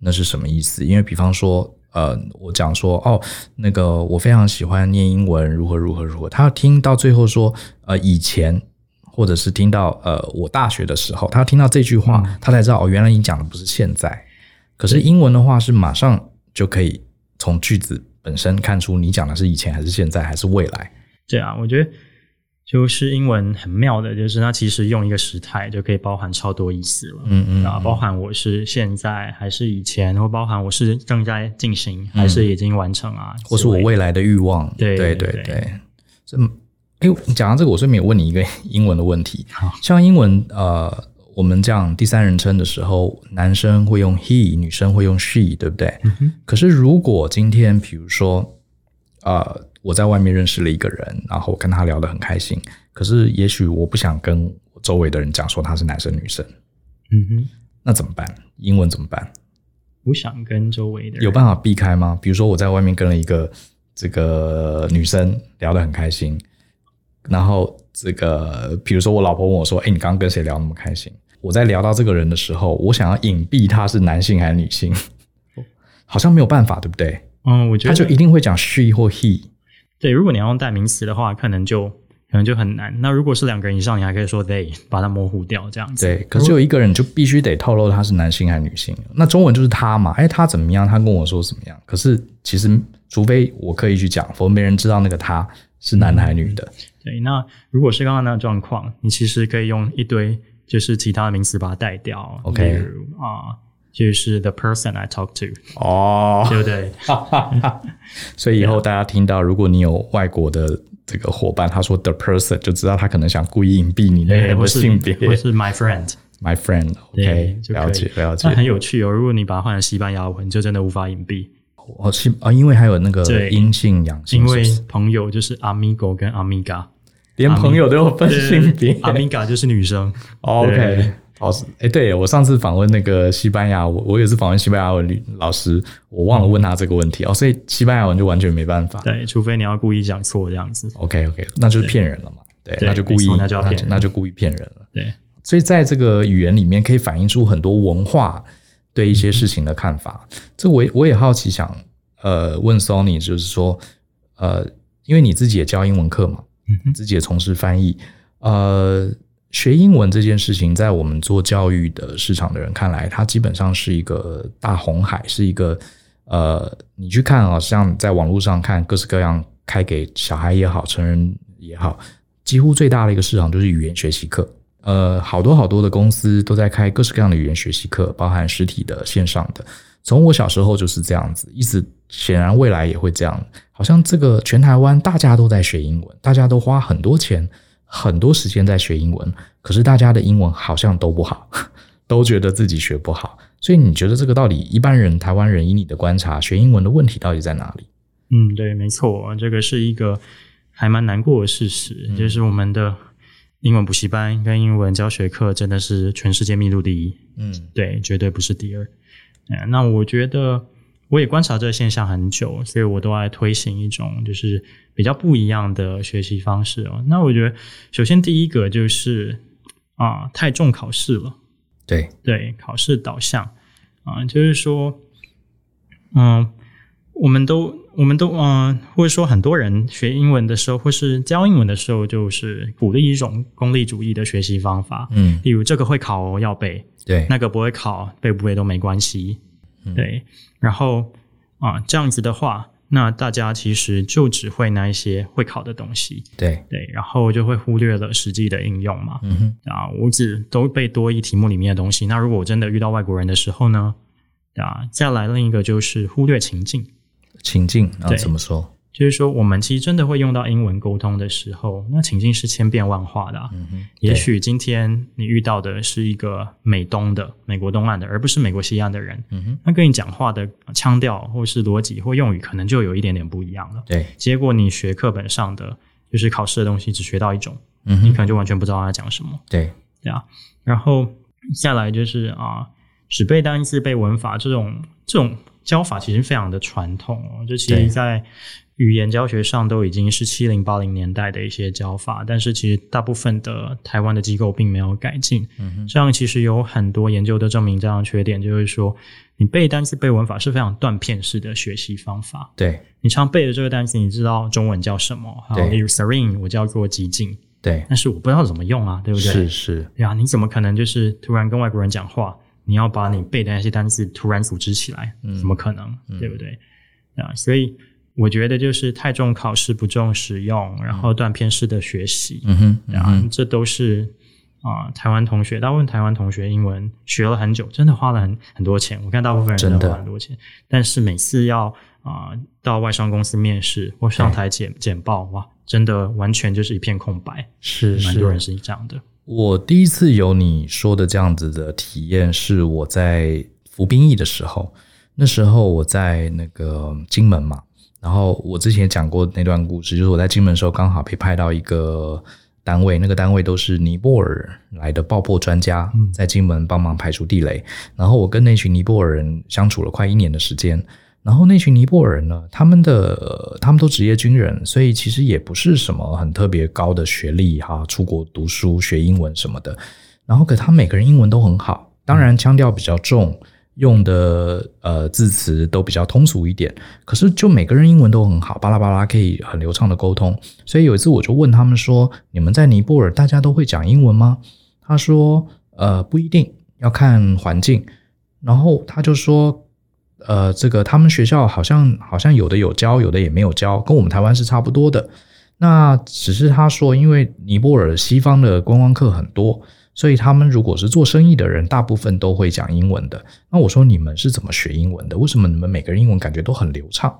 那是什么意思。因为比方说，呃，我讲说哦，那个我非常喜欢念英文，如何如何如何，他要听到最后说，呃，以前。或者是听到呃，我大学的时候，他听到这句话，他才知道哦，原来你讲的不是现在，可是英文的话是马上就可以从句子本身看出你讲的是以前还是现在还是未来。
对啊，我觉得就是英文很妙的，就是它其实用一个时态就可以包含超多意思了。
嗯嗯
啊，包含我是现在还是以前，或包含我是正在进行还是已经完成啊，
嗯或是我
为
未来的欲望。
对
对
对
对
对
对，这哎，你讲到这个，我顺便也问你一个英文的问题
好。
像英文呃，我们讲第三人称的时候，男生会用 he，女生会用 she，对不对？
嗯哼
可是如果今天比如说呃，我在外面认识了一个人，然后我跟他聊得很开心，可是也许我不想跟我周围的人讲说他是男生女生，
嗯哼，
那怎么办？英文怎么办？
不想跟周围的人
有办法避开吗？比如说我在外面跟了一个这个女生聊得很开心，然后这个比如说我老婆问我说：“哎、你刚刚跟谁聊那么开心？”我在聊到这个人的时候，我想要隐蔽他是男性还是女性， 好像没有办法，对不对？
嗯，我觉
他
得
啊就一定会讲 she 或 he。
对，如果你要用代名词的话，可能就可能就很难。那如果是两个人以上，你还可以说 they，把它模糊掉这样子。
对，可是有一个人就必须得透露他是男性还是女性。那中文就是他嘛，哎，他怎么样？他跟我说怎么样？可是其实，除非我刻意去讲，否则没人知道那个他是男的还是女的。
对，那如果是刚刚那个状况，你其实可以用一堆就是其他的名词把它带掉
OK
例如啊、就是 the person I talk to，
哦，
对不对？
所以以后大家听到，如果你有外国的这个伙伴，他说 the person，就知道他可能想故意隐蔽你那个
对，
人
或
的
是
性别。
或是 my friend，
My friend，OK，、
对就可以
了解了
那很
解。
有趣哦。如果你把它换成西班牙文，就真的无法隐蔽，
哦，是啊、因为还有那个
对
阴性、阳性，
因为
是不是
朋友就是 amigo 跟 amiga，
连朋友都有分性 别。
，amiga 就是女生，
OK
对。
老师，哎，对我上次访问那个西班牙，我我有一次访问西班牙文女老师，我忘了问他这个问题、哦，所以西班牙文就完全没办法。
对，除非你要故意讲错这样子，
OK OK，那就是骗人了嘛，对，
对
那就故
没
意
错，那就要骗人
那就故意骗人了。
对。
所以在这个语言里面，可以反映出很多文化对一些事情的看法。这我也我也好奇想，呃，问 Sony，就是说，呃，因为你自己也教英文课嘛，
嗯哼
自己也从事翻译，呃，学英文这件事情，在我们做教育的市场的人看来，它基本上是一个大红海，是一个呃，你去看啊、像在网络上看各式各样开给小孩也好，成人也好，几乎最大的一个市场就是语言学习课。呃，好多好多的公司都在开各式各样的语言学习课，包含实体的、线上的。从我小时候就是这样子，一直显然未来也会这样。好像这个全台湾大家都在学英文，大家都花很多钱、很多时间在学英文，可是大家的英文好像都不好， 都觉得自己学不好。所以你觉得这个到底一般人、台湾人以你的观察，学英文的问题到底在哪里？
嗯，对，没错，这个是一个还蛮难过的事实，
嗯
就是我们的英文补习班跟英文教学课真的是全世界密度第一，
嗯
对，绝对不是第二。嗯，那我觉得我也观察这个现象很久，所以我都在推行一种就是比较不一样的学习方式哦。那我觉得，首先第一个就是啊、太重考试了。
对，
对考试导向啊、就是说，嗯，我们都我们都嗯、或者说很多人学英文的时候，或是教英文的时候，就是鼓励一种功利主义的学习方法，
嗯，
例如这个会考哦要背，
对，
那个不会考背不背都没关系，
嗯
对，然后啊、这样子的话，那大家其实就只会那一些会考的东西，
对，
对，然后就会忽略了实际的应用嘛，
嗯哼，
啊，我只都被多一题目里面的东西。那如果我真的遇到外国人的时候呢？啊，再来另一个就是忽略情境，
情境啊，
对
怎么说？
就是说我们其实真的会用到英文沟通的时候，那情境是千变万化的啊、
嗯哼，
也许今天你遇到的是一个美东的美国东岸的，而不是美国西岸的人，
对，嗯哼，
那跟你讲话的腔调或是逻辑或用语，可能就有一点点不一样了。
对，
结果你学课本上的就是考试的东西，只学到一种，
嗯
你
哼
可，能就完全不知道他在讲什么。
对，
对啊。然后下来就是啊，只背单词、背文法这种这种教法，其实非常的传统哦。这其
对
实在语言教学上都已经是七零八零年代的一些教法，但是其实大部分的台湾的机构并没有改进。
嗯哼，
这样其实有很多研究都证明这样的缺点，就是说你背单词、背文法是非常断片式的学习方法。
对，
你常背的这个单词，你知道中文叫什么？好，
对
例如 serene，我叫做极静，
对，
但是我不知道怎么用啊，对不对？
是是，
对啊，你怎么可能就是突然跟外国人讲话？你要把你背的那些单词突然组织起来，
嗯
怎么可能？
嗯
对不对？啊，所以我觉得就是太重考试，不重使用，然后断片式的学习，
嗯哼，嗯
啊，
哼，
这都是啊、台湾同学，大部分台湾同学英文学了很久，真的花了很很多钱。我看大部分人
真
真的
的
花很多钱，但是每次要啊、到外商公司面试或上台简简报，哇，真的完全就是一片空白。
是
蛮多
是
人。是这样的，
我第一次有你说的这样子的体验，是我在服兵役的时候。那时候我在那个金门嘛，然后我之前也讲过那段故事，就是我在金门的时候刚好被派到一个单位，那个单位都是尼泊尔来的爆破专家
嗯，
在金门帮忙排除地雷。然后我跟那群尼泊尔人相处了快一年的时间。然后那群尼泊尔人呢，他们的、呃他们都职业军人，所以其实也不是什么很特别高的学历哈、出国读书学英文什么的。然后可他们每个人英文都很好，当然腔调比较重，用的呃字词都比较通俗一点，可是就每个人英文都很好，巴拉巴拉可以很流畅的沟通。所以有一次我就问他们说：“你们在尼泊尔大家都会讲英文吗？”他说：“呃，不一定，要看环境。”然后他就说：“呃，这个他们学校好像好像有的有教，有的也没有教，跟我们台湾是差不多的。那只是他说，因为尼泊尔西方的观光客很多，所以他们如果是做生意的人，大部分都会讲英文的。那我说你们是怎么学英文的？为什么你们每个人英文感觉都很流畅？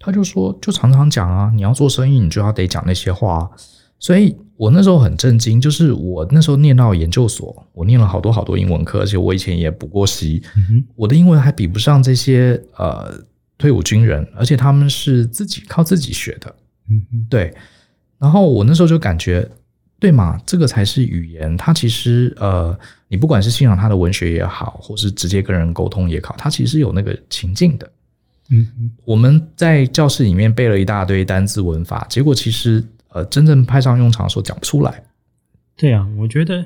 他就说，就常常讲啊，你要做生意，你就要得讲那些话、啊。所以我那时候很震惊，就是我那时候念到研究所，我念了好多好多英文课，而且我以前也补过习，
嗯哼，
我的英文还比不上这些呃退伍军人，而且他们是自己靠自己学的。
嗯哼。
对，然后我那时候就感觉，对嘛，这个才是语言。它其实呃，你不管是欣赏它的文学也好，或是直接跟人沟通也好，它其实有那个情境的。
嗯
我们在教室里面背了一大堆单字文法，结果其实呃，真正派上用场的时候讲不出来。，
对啊，我觉得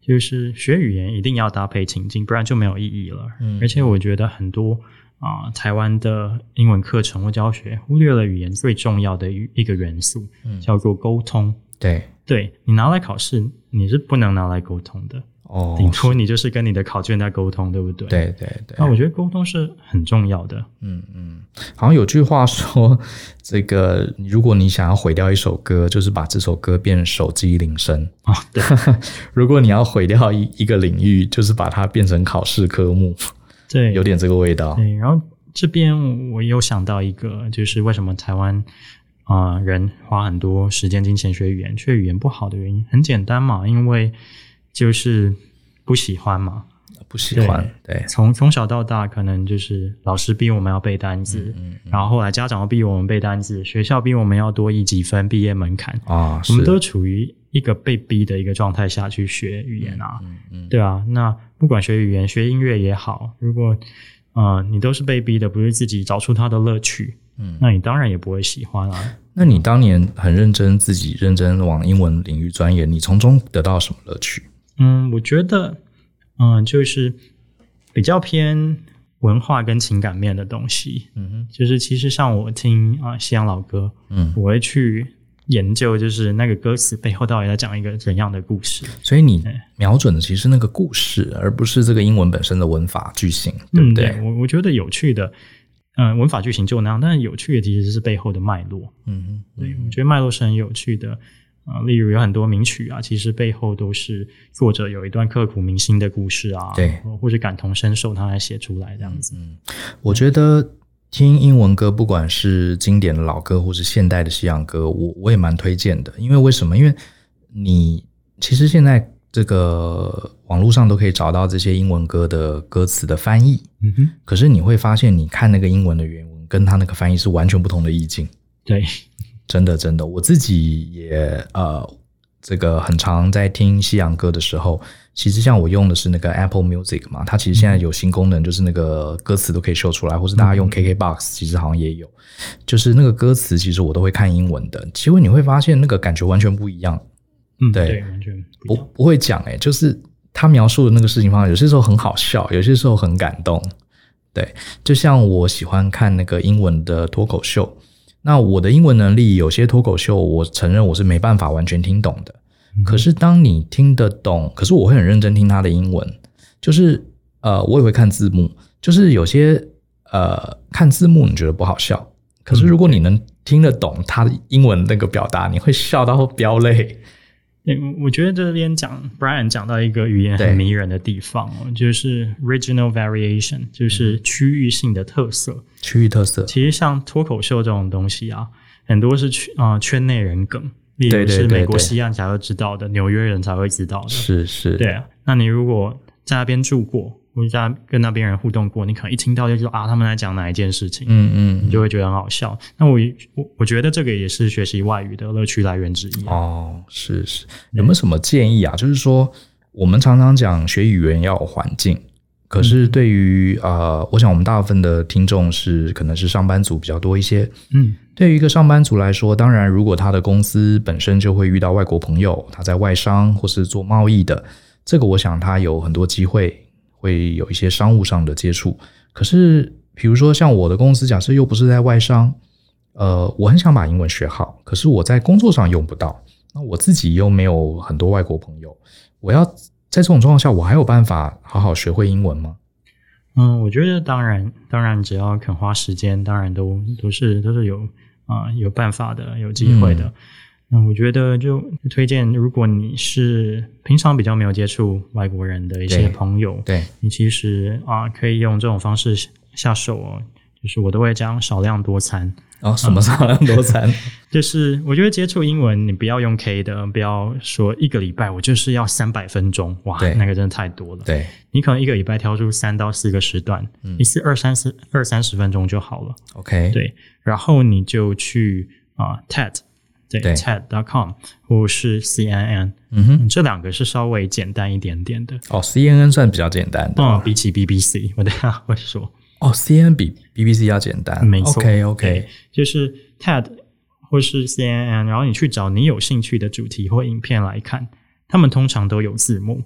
就是学语言一定要搭配情境，不然就没有意义了。
嗯
而且我觉得很多啊、台湾的英文课程或教学忽略了语言最重要的一一个元素，
嗯
叫做沟通。
对，
对你拿来考试，你是不能拿来沟通的。
哦，
顶多你就是跟你的考卷在沟通，对不对？。
对对对，
那我觉得沟通是很重要的。
嗯嗯，好像有句话说， 这个如果你想要毁掉一首歌，就是把这首歌变手机铃声；
啊，对，
如果你要毁掉一一个领域，就是把它变成考试科目，
对，
有点这个味道。
对，然后这边我有想到一个，就是为什么台湾啊、呃人花很多时间、金钱学语言，却语言不好的原因，很简单嘛，因为就是不喜欢嘛。
不喜欢，对，
从从小到大，可能就是老师逼我们要背单词，
嗯
然后后来家长又逼我们背单词，学校逼我们要多一几分毕业门槛，
啊，
我
是
们都处于一个被逼的一个状态下去学语言啊。
嗯嗯，
对啊，那不管学语言、学音乐也好，如果呃你都是被逼的，不是自己找出它的乐趣，
嗯
那你当然也不会喜欢啊。
那你当年很认真，自己认真往英文领域钻研，你从中得到什么乐趣？
嗯，我觉得，嗯、就是比较偏文化跟情感面的东西。
嗯
就是其实像我听啊、西洋老歌，
哼，嗯，
我会去研究，就是那个歌词背后到底在讲一个怎样的故事。
所以你
哎
瞄准的其实是那个故事，而不是这个英文本身的文法句型，对不
嗯，
对？
我我觉得有趣的，嗯、文法剧情就那样，但是有趣的其实是背后的脉络。
嗯哼，
对，我觉得脉络是很有趣的。啊，例如有很多名曲啊，其实背后都是作者有一段刻骨铭心的故事啊，
对嗯
或，或者感同身受，他来写出来这样子。
我觉得听英文歌，不管是经典的老歌或是现代的西洋歌，我我也蛮推荐的。因为为什么？因为你其实现在这个网络上都可以找到这些英文歌的歌词的翻译，
嗯哼，
可是你会发现，你看那个英文的原文跟他那个翻译是完全不同的意境。
对，
真的真的，我自己也呃，这个很常在听西洋歌的时候，其实像我用的是那个 Apple Music 嘛，它其实现在有新功能，就是那个歌词都可以秀出来，或是大家用 KKBox，其实好像也有，就是那个歌词其实我都会看英文的，结果你会发现那个感觉完全不一样，
嗯，
对哦
对，完全不
不
一样。
不会讲诶、就是他描述的那个事情方式，有些时候很好笑，有些时候很感动。对，就像我喜欢看那个英文的脱口秀，那我的英文能力有些脱口秀，我承认我是没办法完全听懂的。可
嗯
是当你听得懂，可是我会很认真听他的英文，就是呃，我也会看字幕，就是有些呃看字幕你觉得不好笑，可是如果你能听得懂他的英文那个表达，你会笑到飙泪。
对，我我觉得这边讲 Brian 讲到一个语言
对
很迷人的地方哦，就是 regional variation，就是
嗯
区域性的特色。
区域特色，
其实像脱口秀这种东西啊，很多是圈啊、圈内人梗，例
对
如
对
是
对
美国
对
西岸才会知道的，纽约人才会知道的。
是是，
对啊，那你如果在那边住过，或者在那跟那边人互动过，你可能一听到就知道啊，他们在讲哪一件事情，
嗯，嗯
你
嗯，
就会觉得很好笑。那我我我觉得这个也是学习外语的乐趣来源之一啊、
哦，是是，有没有什么建议啊？就是说，我们常常讲学语言要有环境，可是
嗯
对于呃，我想我们大部分的听众是可能是上班族比较多一些。
嗯，
对于一个上班族来说，当然，如果他的公司本身就会遇到外国朋友，他在外商或是做贸易的，这个我想他有很多机会会有一些商务上的接触。可是，比如说像我的公司，假设又不是在外商，呃，我很想把英文学好，可是我在工作上用不到，那我自己又没有很多外国朋友，我要在这种状况下，我还有办法好好学会英文吗？
嗯，我觉得当然，当然，只要肯花时间，当然都都是都是有啊、有办法的，有机会
嗯
的。那我觉得就推荐，如果你是平常比较没有接触外国人的一
对
些朋友，
对，
你其实啊、可以用这种方式下手哦。就是我都会讲少量多餐，
然、后哦什么少量多餐，
就是我觉得接触英文，你不要用 K 的，不要说一个礼拜我就是要三百分钟，哇
对，
那个真的太多了。
对，嗯
你可能一个礼拜挑出三到四个时段，一次二三十二三十分钟就好了。
，OK，
对，然后你就去啊、TED，对
对
TED.com 或是 CNN，
嗯哼。
嗯这两个是稍微简单一点点的。
哦，CNN 算比较简单的
嗯，比起 BBC，我等一下会说，
哦，CNN 比 BBC 要简单，
没错。
OK
对
OK，
就是 TED 或是 CNN，然后你去找你有兴趣的主题或影片来看，他们通常都有字幕，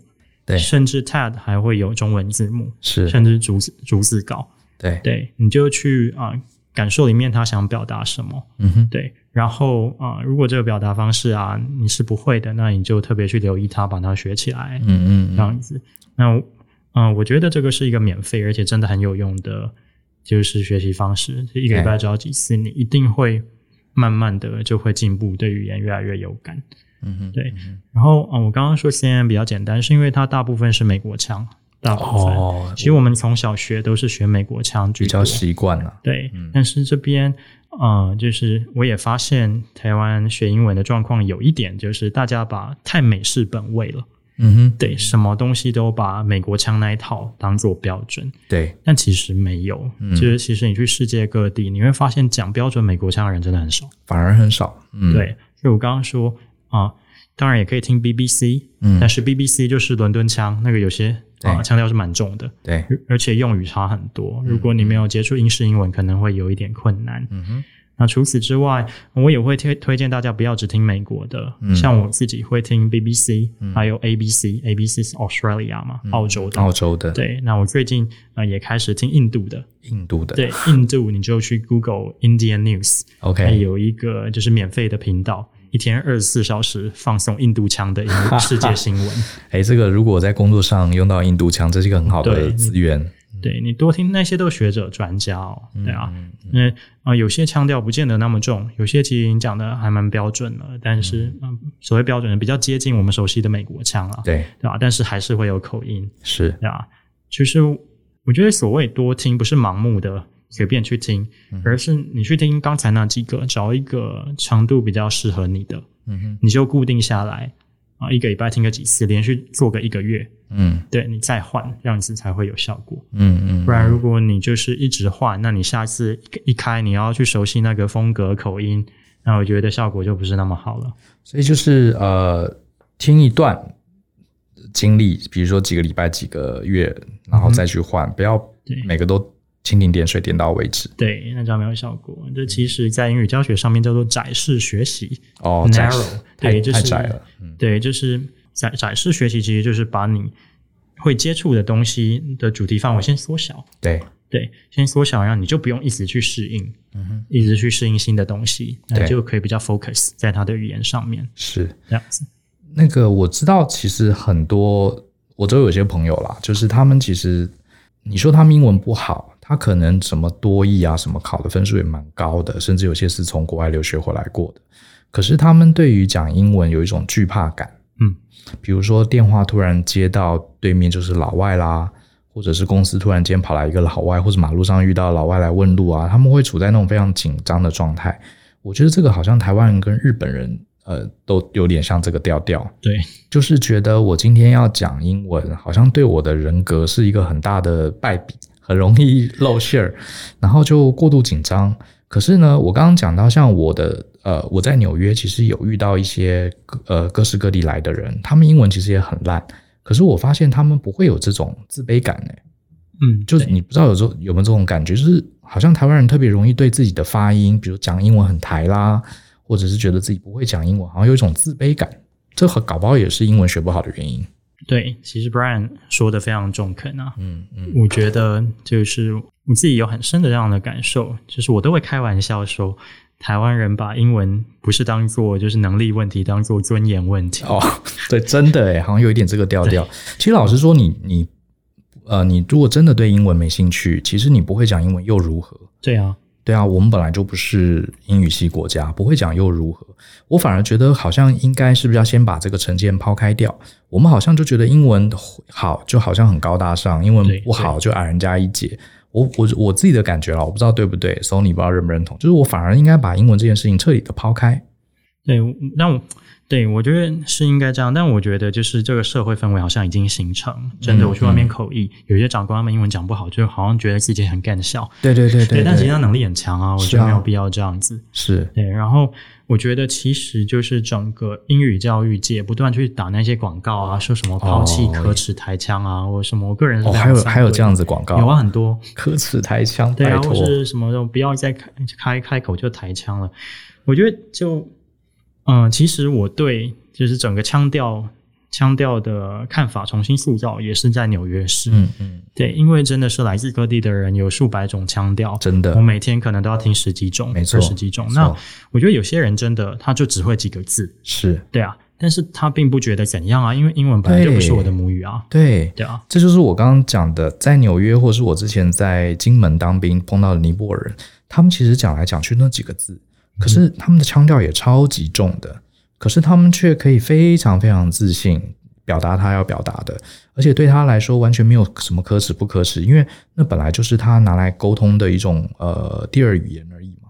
对，
甚至 TED 还会有中文字幕，
是，
甚至逐字逐字稿。
对，
对，你就去啊、感受里面他想表达什么。
嗯哼，
对，然后啊、呃如果这个表达方式啊你是不会的，那你就特别去留意它，把它学起来，
嗯嗯嗯，
这样子。那嗯、呃我觉得这个是一个免费而且真的很有用的，就是学习方式。一个礼
哎
拜只要几次，你一定会慢慢的就会进步，对语言越来越有感。
嗯哼，
对
嗯哼，
然后啊、呃我刚刚说 CNN 比较简单，是因为它大部分是美国腔，大部分。
哦，
其实我们从小学都是学美国腔居
比
多
较，习惯了，
对，
嗯
但是这边，呃，就是我也发现台湾学英文的状况有一点，就是大家把太美式本位了，
嗯哼，
对，什么东西都把美国腔那一套当做标准，
对，
但其实没有，
嗯
就是其实你去世界各地，你会发现讲标准美国腔的人真的很少，
反而很少，嗯，，
对，所以我刚刚说啊、当然也可以听 BBC，、
嗯
但，是 BBC 就是伦敦腔，那个有些啊、
对
腔调是蛮重的，
对，
而且用语差很多。如果你没有接触英式英文，可能会有一点困难。
嗯哼，
那除此之外，我也会推推荐大家不要只听美国的，
嗯
像我自己会听 BBC，、还有 ABC，ABC 是 Australia 嘛，
嗯
澳洲的。
澳洲的，，
对，那我最近呃也开始听印度的，
印度的，
对，印度你就去 Google Indian News，它
，OK，
有一个就是免费的频道，一天二十四小时放送印度腔的英文世界 新闻。
哎，这个如果在工作上用到印度腔，这是一个很好的
对
资源，
对你多听那些都是学者专家哦，对啊，
嗯
因为啊、呃有些腔调不见得那么重，有些其实你讲的还蛮标准的，但是嗯、所谓标准的比较接近我们熟悉的美国腔了，
对，
对吧、但是还是会有口音，
是，
对吧、就是我觉得所谓多听，不是盲目的随便去听，而是你去听刚才那几个，找一个长度比较适合你的，
嗯哼，
你就固定下来啊、一个礼拜听个几次，连续做个一个月，
嗯
对你再换，这样子才会有效果。
嗯嗯，
不然，如果你就是一直换，那你下次一一开，你要去熟悉那个风格、口音，那我觉得效果就不是那么好了。
所以就是呃，听一段经历，比如说几个礼拜、几个月，然后再去换，不要
嗯对
每个都蜻蜓点水，点到为止。
对，那这样没有效果。这其实，在英语教学上面叫做窄式学习。
哦
Narrow，
窄了太
对就
太
是
窄了。嗯
对，就是窄窄式学习，其实就是把你会接触的东西的主题范围先缩小。
对，
对，先缩小，然后你就不用一直去适应，
嗯哼，
一直去适应新的东西，那
对
就可以比较 focus 在它的语言上面。
是
这样子，
那个我知道，其实很多我周围有些朋友啦，就是他们其实你说他们英文不好，他可能什么多译啊，什么考的分数也蛮高的，甚至有些是从国外留学回来过的。可是他们对于讲英文有一种惧怕感，
嗯，
比如说电话突然接到对面就是老外啦，或者是公司突然间跑来一个老外，或者马路上遇到老外来问路啊，他们会处在那种非常紧张的状态。我觉得这个好像台湾人跟日本人，呃，都有点像这个调调。
对，
就是觉得我今天要讲英文，好像对我的人格是一个很大的败笔，很容易露馅儿，然后就过度紧张。可是呢，我刚刚讲到，像我的呃，我在纽约其实有遇到一些呃各式各地来的人，他们英文其实也很烂，可是我发现他们不会有这种自卑感呢、
嗯，
就是
对
你不知道有时候有没有这种感觉，就是好像台湾人特别容易对自己的发音，比如讲英文很台啦，或者是觉得自己不会讲英文，好像有一种自卑感。这很搞不好也是英文学不好的原因。
对，其实 Brian 说的非常中肯啊，
嗯嗯
我觉得就是我自己有很深的这样的感受，就是我都会开玩笑说，台湾人把英文不是当做就是能力问题，当做尊严问题。
哦，对，真的诶，好像有一点这个调 调。其实老实说你，你呃，你如果真的对英文没兴趣，其实你不会讲英文又如何？
对啊，
对啊，我们本来就不是英语系国家，不会讲又如何？我反而觉得好像应该是不是要先把这个成见抛开掉？我们好像就觉得英文好就好像很高大上，英文
对
不好就矮人家一截。我我我自己的感觉啦，我不知道对不对，Sony 不知道认不认同，就是我反而应该把英文这件事情彻底的抛开。
对，那我对我觉得是应该这样，但我觉得就是这个社会氛围好像已经形成，真的，
嗯
我去外面口译，有些长官他们英文讲不好，就好像觉得自己很干笑，
对对对
对，但其实他能力很强啊，我
是
觉
啊
得没有必要这样子。
是
对，然后我觉得其实就是整个英语教育界不断去打那些广告啊，说什么抛弃
哦
可耻台腔啊，或者什么，我个人是
哦，
非
还
常
有
反对
还有这样子广告，
有 啊，很多
可耻台腔，
对
拜
啊，
托
或，是什么就不要再开开开口就台腔了。我觉得就嗯、呃其实我对就是整个腔调腔调的看法重新塑造，也是在纽约市。
嗯嗯，
对，因为真的是来自各地的人，有数百种腔调，
真的
我每天可能都要听十几种，
没错
二十几种
没。错
那我觉得有些人真的他就只会几个字，
是
对啊，但是他并不觉得怎样啊，因为英文本来就不是
对
我的母语啊，
对。
对啊，
这就是我刚刚讲的，在纽约，或是我之前在金门当兵碰到的尼泊尔人，他们其实讲来讲去那几个字，可是他们的腔调也超级重的，可是他们却可以非常非常自信表达他要表达的，而且对他来说完全没有什么可耻不可耻，因为那本来就是他拿来沟通的一种呃第二语言而已嘛。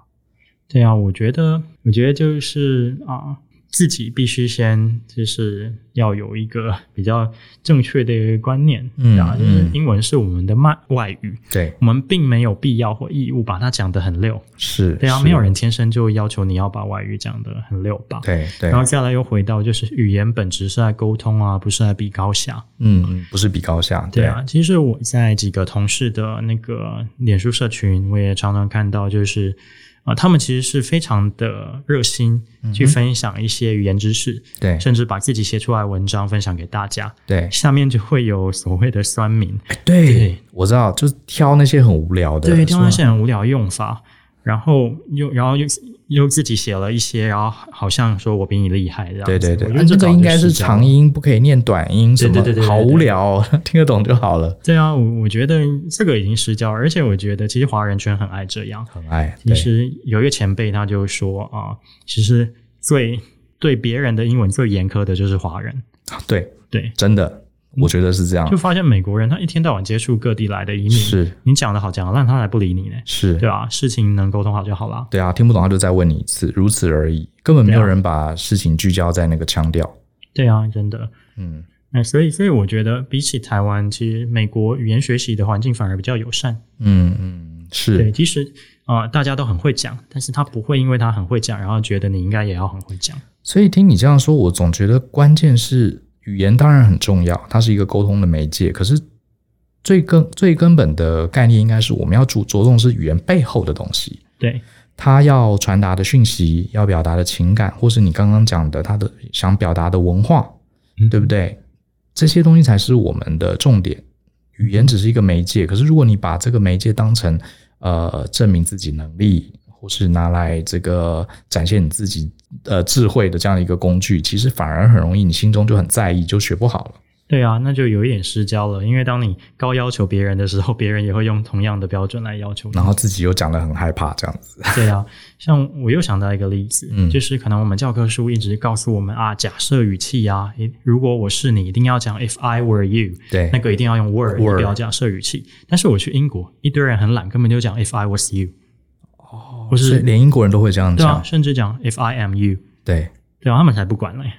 对啊，我觉得，我觉得就是啊，自己必须先就是要有一个 比较正确的一个观念，
嗯
啊，就是
嗯
英文是我们的外外语，
对，
我们并没有必要或义务把它讲得很溜。
是，
对啊，
是
没有人天生就要求你要把外语讲得很溜吧？
对对
然，后再来又回到就是语言本质是在沟通啊，不是在比高下。
嗯，嗯不是比高下，
对啊，其实我在几个同事的那个脸书社群，我也常常看到，就是啊、呃他们其实是非常的热心去分享一些语言知识，
嗯对
甚至把自己写出来的文章分享给大家。
对
下面就会有所谓的酸民，
对
对
我知道，就是挑那些很无聊的，
对，挑
是
那
吗
些很无聊的用法，然后又然后又又自己写了一些，然后好像说我比你厉害这样子。
对对对，
我觉
啊
得
这个
早就
应该是
失焦了
长音，不可以念短音，什
对
么
对对对对
好无聊 哦、听得懂就好了。
对啊，我我觉得这个已经失焦，而且我觉得其实华人圈很爱这样。
很爱，
其
对
实有一个前辈他就说啊、其实最对别人的英文最严苛的就是华人。
对，
对，
真的，我觉得是这样
就，发现美国人他一天到晚接触各地来的移
啊
民，
是
你讲的好讲得烂，他才不理你呢，
是，
对啊吧、事情能沟通好就好啦。
对啊，听不懂他就再问你一次，如此而已，根本没有
对啊
人把事情聚焦在那个腔调。
对啊，真的。
嗯，
那所以，所以我觉得比起台湾，其实美国语言学习的环境反而比较友善。
嗯嗯，
对，
是
即使啊、呃大家都很会讲，但是他不会因为他很会讲，然后觉得你应该也要很会讲。
所以听你这样说，我总觉得关键是语言当然很重要，它是一个沟通的媒介。可是最根最根本的概念应该是我们要着着重是语言背后的东西，
对，
它要传达的讯息、要表达的情感，或是你刚刚讲的它的想表达的文化，
嗯
对不对？这些东西才是我们的重点。语言只是一个媒介，可是如果你把这个媒介当成呃证明自己能力，或是拿来这个展现你自己呃智慧的这样一个工具，其实反而很容易你心中就很在意，就学不好了。
对啊，那就有一点失焦了，因为当你高要求别人的时候， 别人也会用同样的标准来要求你。
然后自己又讲的很害怕这样子。
对啊，像我又想到一个例子，
嗯
就是可能我们教科书一直告诉我们啊，假设语气啊，诶如果我是你，一定要讲 if I were you，
对
那个一定要用 were，
Were
不要假设语气。但是我去英国，一堆人很懒，根本就讲 if I was you，哦，或
所以
是
连英国人都会这样
对啊
讲，，
甚至讲 if I am you，
对。
对啊，他们才不管嘞。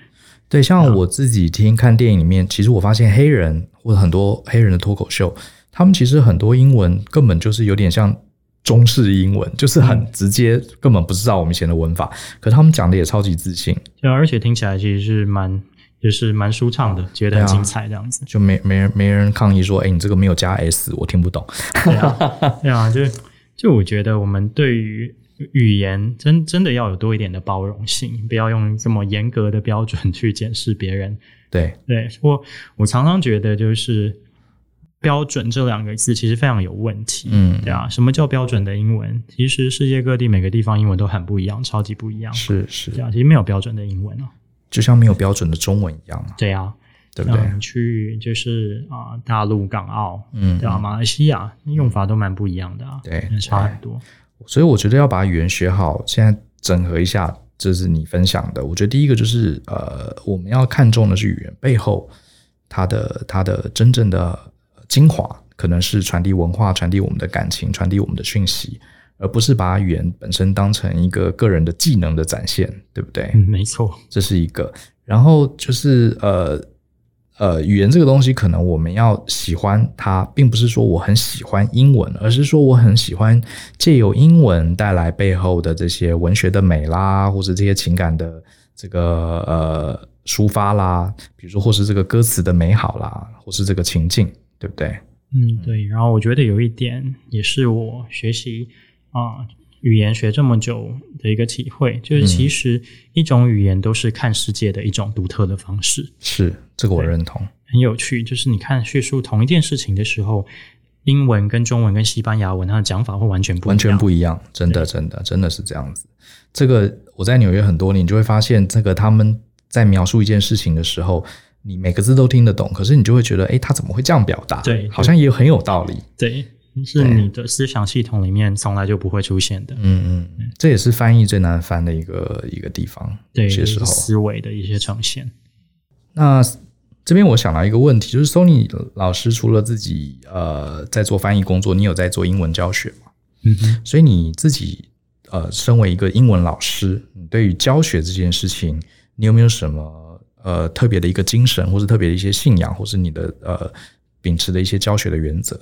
对，
嗯
像我自己听看电影里面，其实我发现黑人或者很多黑人的脱口秀，他们其实很多英文根本就是有点像中式英文，就是
嗯
很直接，根本不知道我们以前的文法，可他们讲的也超级自信，
对啊，而且听起来其实是蛮就是蛮舒畅的，觉得很
对啊
精彩这样子。
就没没人没人抗议说，哎，你这个没有加 s，我听不懂。
对啊，就就我觉得我们对于语言真真的要有多一点的包容性，不要用这么严格的标准去检视别人。
对，
对我，我常常觉得就是“标准”这两个字其实非常有问题。
嗯，
对啊，什么叫标准的英文？其实世界各地每个地方英文都很不一样，超级不一样。
是是
对，啊，其实没有标准的英文啊。
就像没有标准的中文一样嘛，
对啊，
对不对？
像去就是啊、大陆、港澳，
嗯
对啊，马来西亚用法都蛮不一样的啊，
对
差很多。
所以我觉得要把语言学好，现在整合一下，这是你分享的。我觉得第一个就是呃，我们要看重的是语言背后它的它的真正的呃精华，可能是传递文化、传递我们的感情、传递我们的讯息，而不是把语言本身当成一个个人的技能的展现，对不对？
嗯，没错。
这是一个。然后就是呃呃，语言这个东西，可能我们要喜欢它，并不是说我很喜欢英文，而是说我很喜欢借由英文带来背后的这些文学的美啦，或是这些情感的这个呃抒发啦，比如说或是这个歌词的美好啦，或是这个情境，对不对？
嗯，对。然后我觉得有一点也是我学习啊、语言学这么久的一个体会，就是
嗯
其实一种语言都是看世界的一种独特的方式，
是这个我认同。
很有趣。就是你看叙述同一件事情的时候，英文跟中文跟西班牙文它的讲法会完全不一样
完全不一样，真的，真的，真的是这样子。这个我在纽约很多年，你就会发现，这个他们在描述一件事情的时候，你每个字都听得懂，可是你就会觉得，哎，他怎么会这样表达？
对
好像也很有道理。
对，是你的思想系统里面从来就不会出现的。
嗯嗯，这也是翻译最难翻的一个一个地方。
对，
有些时候，
思维的一些呈现。
那这边我想到一个问题，就是 Sony 老师除了自己呃在做翻译工作，你有在做英文教学吗？
嗯哼，
所以你自己呃，身为一个英文老师，你对于教学这件事情，你有没有什么呃特别的一个精神，或是特别的一些信仰，或是你的呃秉持的一些教学的原则？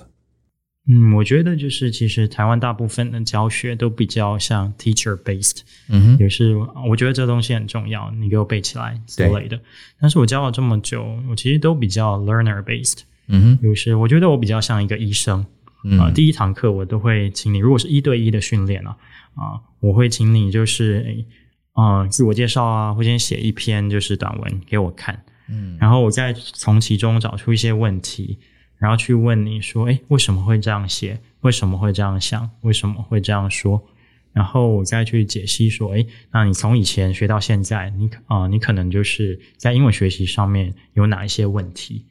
嗯，我觉得就是其实台湾大部分的教学都比较像 teacher based，
嗯哼，
也是我觉得这东西很重要，你给我背起来之类的。但是我教了这么久，我其实都比较 learner based，
嗯哼，
就是我觉得我比较像一个医生
嗯
啊、第一堂课我都会请你，如果是一对一的训练啊，啊、我会请你就是诶啊、自我介绍啊，会先写一篇就是短文给我看，
嗯
然后我再从其中找出一些问题，然后去问你说，哎，为什么会这样写？为什么会这样想？为什么会这样说？然后我再去解析说，哎，那你从以前学到现在，你可啊、你可能就是在英文学习上面有哪一些问题？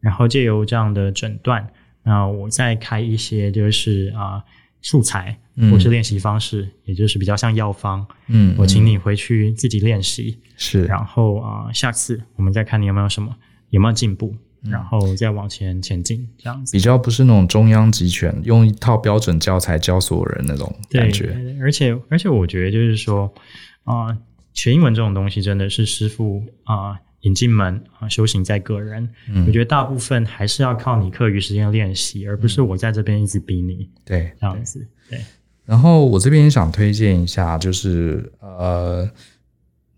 然后借由这样的诊断，那我再开一些就是啊、素材
嗯
或是练习方式，也就是比较像药方，
嗯
我请
嗯
你回去自己练习。
是
然后啊、呃下次我们再看你有没有什么有没有进步，
嗯
然后再往前前进，这样子。
比较不是那种中央集权用一套标准教材教所有人那种感觉。
对，而且而且我觉得就是说，啊、学英文这种东西真的是师傅啊、引进门啊、修行在个人。
嗯
我觉得大部分还是要靠你课余时间练习，而不
嗯
是我在这边一直逼你
对，
这样子。对，
然后我这边也想推荐一下，就是呃，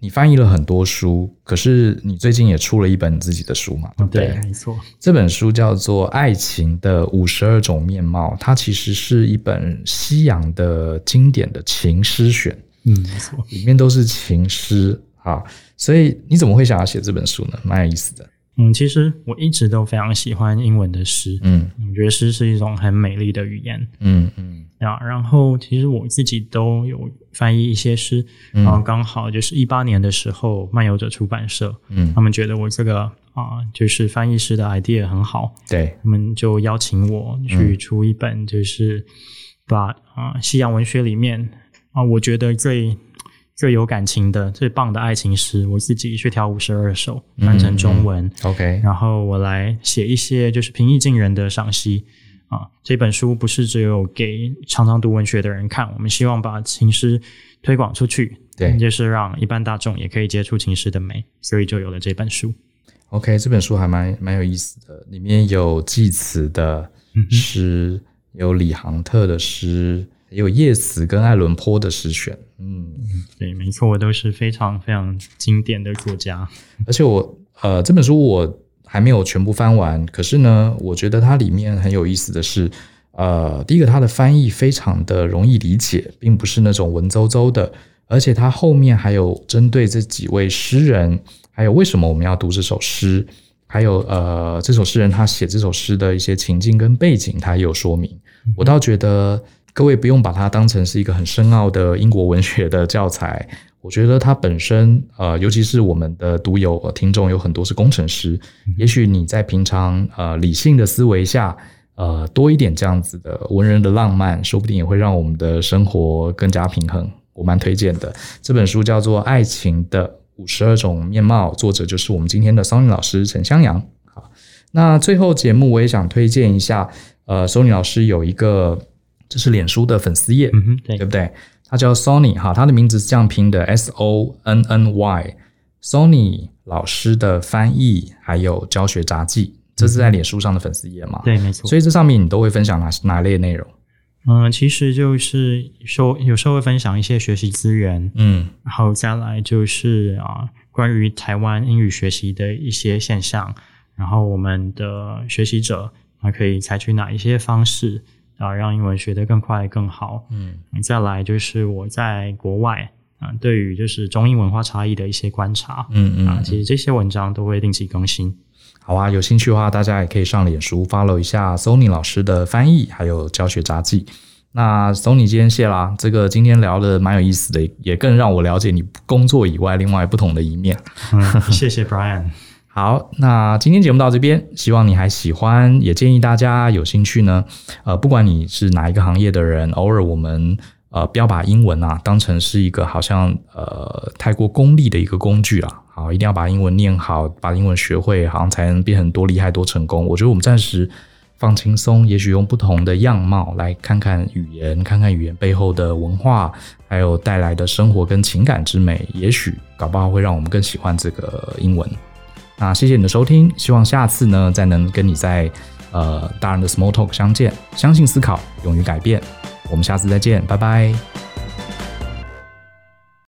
你翻译了很多书，可是你最近也出了一本你自己的书嘛？对不对
嗯对，没错。
这本书叫做《爱情的五十二种面貌》，它其实是一本西洋的经典的情诗选，
嗯，没错。
里面都是情诗啊。所以你怎么会想要写这本书呢？蛮有意思的。
嗯，其实我一直都非常喜欢英文的诗，
嗯
我觉得诗是一种很美丽的语言。
嗯嗯
啊，然后其实我自己都有翻译一些诗，
嗯
然后刚好就是一八年的时候，漫游者出版社
嗯
他，们觉得我这个啊、就是翻译诗的 idea 很好，
对，
他们就邀请我去出一本，就是把啊、西洋文学里面啊、我觉得最最有感情的、最棒的爱情诗，我自己去挑五十二首翻成中文，
，OK，
然后我来写一些就是平易近人的赏析啊。这本书不是只有给常常读文学的人看，我们希望把情诗推广出去，
对
就是让一般大众也可以接触情诗的美，所以就有了这本书。
OK，这本书还蛮蛮有意思的，里面有济慈的
嗯哼
诗，有李杭特的诗，也有叶慈跟爱伦坡的诗选。嗯，
对，没错，都是非常非常经典的作家。
而且我呃这本书我还没有全部翻完，可是呢，我觉得它里面很有意思的是，呃，第一个它的翻译非常的容易理解，并不是那种文绉绉的，而且它后面还有针对这几位诗人，还有为什么我们要读这首诗，还有呃这首诗人他写这首诗的一些情境跟背景，他也有说明。我倒觉得各位不用把它当成是一个很深奥的英国文学的教材。我觉得它本身，呃，尤其是我们的读友、呃听众有很多是工程师，也许你在平常呃理性的思维下，呃多一点这样子的文人的浪漫，说不定也会让我们的生活更加平衡。我蛮推荐的这本书叫做《爱情的五十二种面貌》，作者就是我们今天的桑尼老师陈湘阳。好，那最后节目我也想推荐一下，呃，Sony 老师有一个，这是脸书的粉丝页，
嗯哼，对
对不对？它叫 Sony 哈，它的名字是这样拼的：S O N N Y。Sony 老师的翻译还有教学杂记，这是在脸书上的粉丝页嘛？
嗯对，没错。
所以这上面你都会分享哪哪类内容？
嗯、其实就是说有时候会分享一些学习资源，
嗯
然后再来就是啊，关于台湾英语学习的一些现象，然后我们的学习者还可以采取哪一些方式啊，让英文学得更快更好。
嗯
再来就是我在国外啊，对于就是中英文化差异的一些观察
嗯嗯
啊，其实这些文章都会定期更新。
好啊，有兴趣的话，大家也可以上脸书 follow 一下 Sony 老师的翻译，还有教学杂技。那 Sony 今天谢啦，这个今天聊的蛮有意思的，也更让我了解你工作以外另外不同的一面。
嗯，谢谢 Brian。
好，那今天节目到这边，希望你还喜欢，也建议大家有兴趣呢，呃，不管你是哪一个行业的人，偶尔我们呃不要把英文啊当成是一个好像呃太过功利的一个工具啊，好，一定要把英文念好，把英文学会，好像才能变很多厉害多成功。我觉得我们暂时放轻松，也许用不同的样貌来看看语言，看看语言背后的文化，还有带来的生活跟情感之美，也许搞不好会让我们更喜欢这个英文。那谢谢你的收听，希望下次呢再能跟你在呃大人的 Small Talk 相见。相信思考，勇于改变，我们下次再见，拜拜。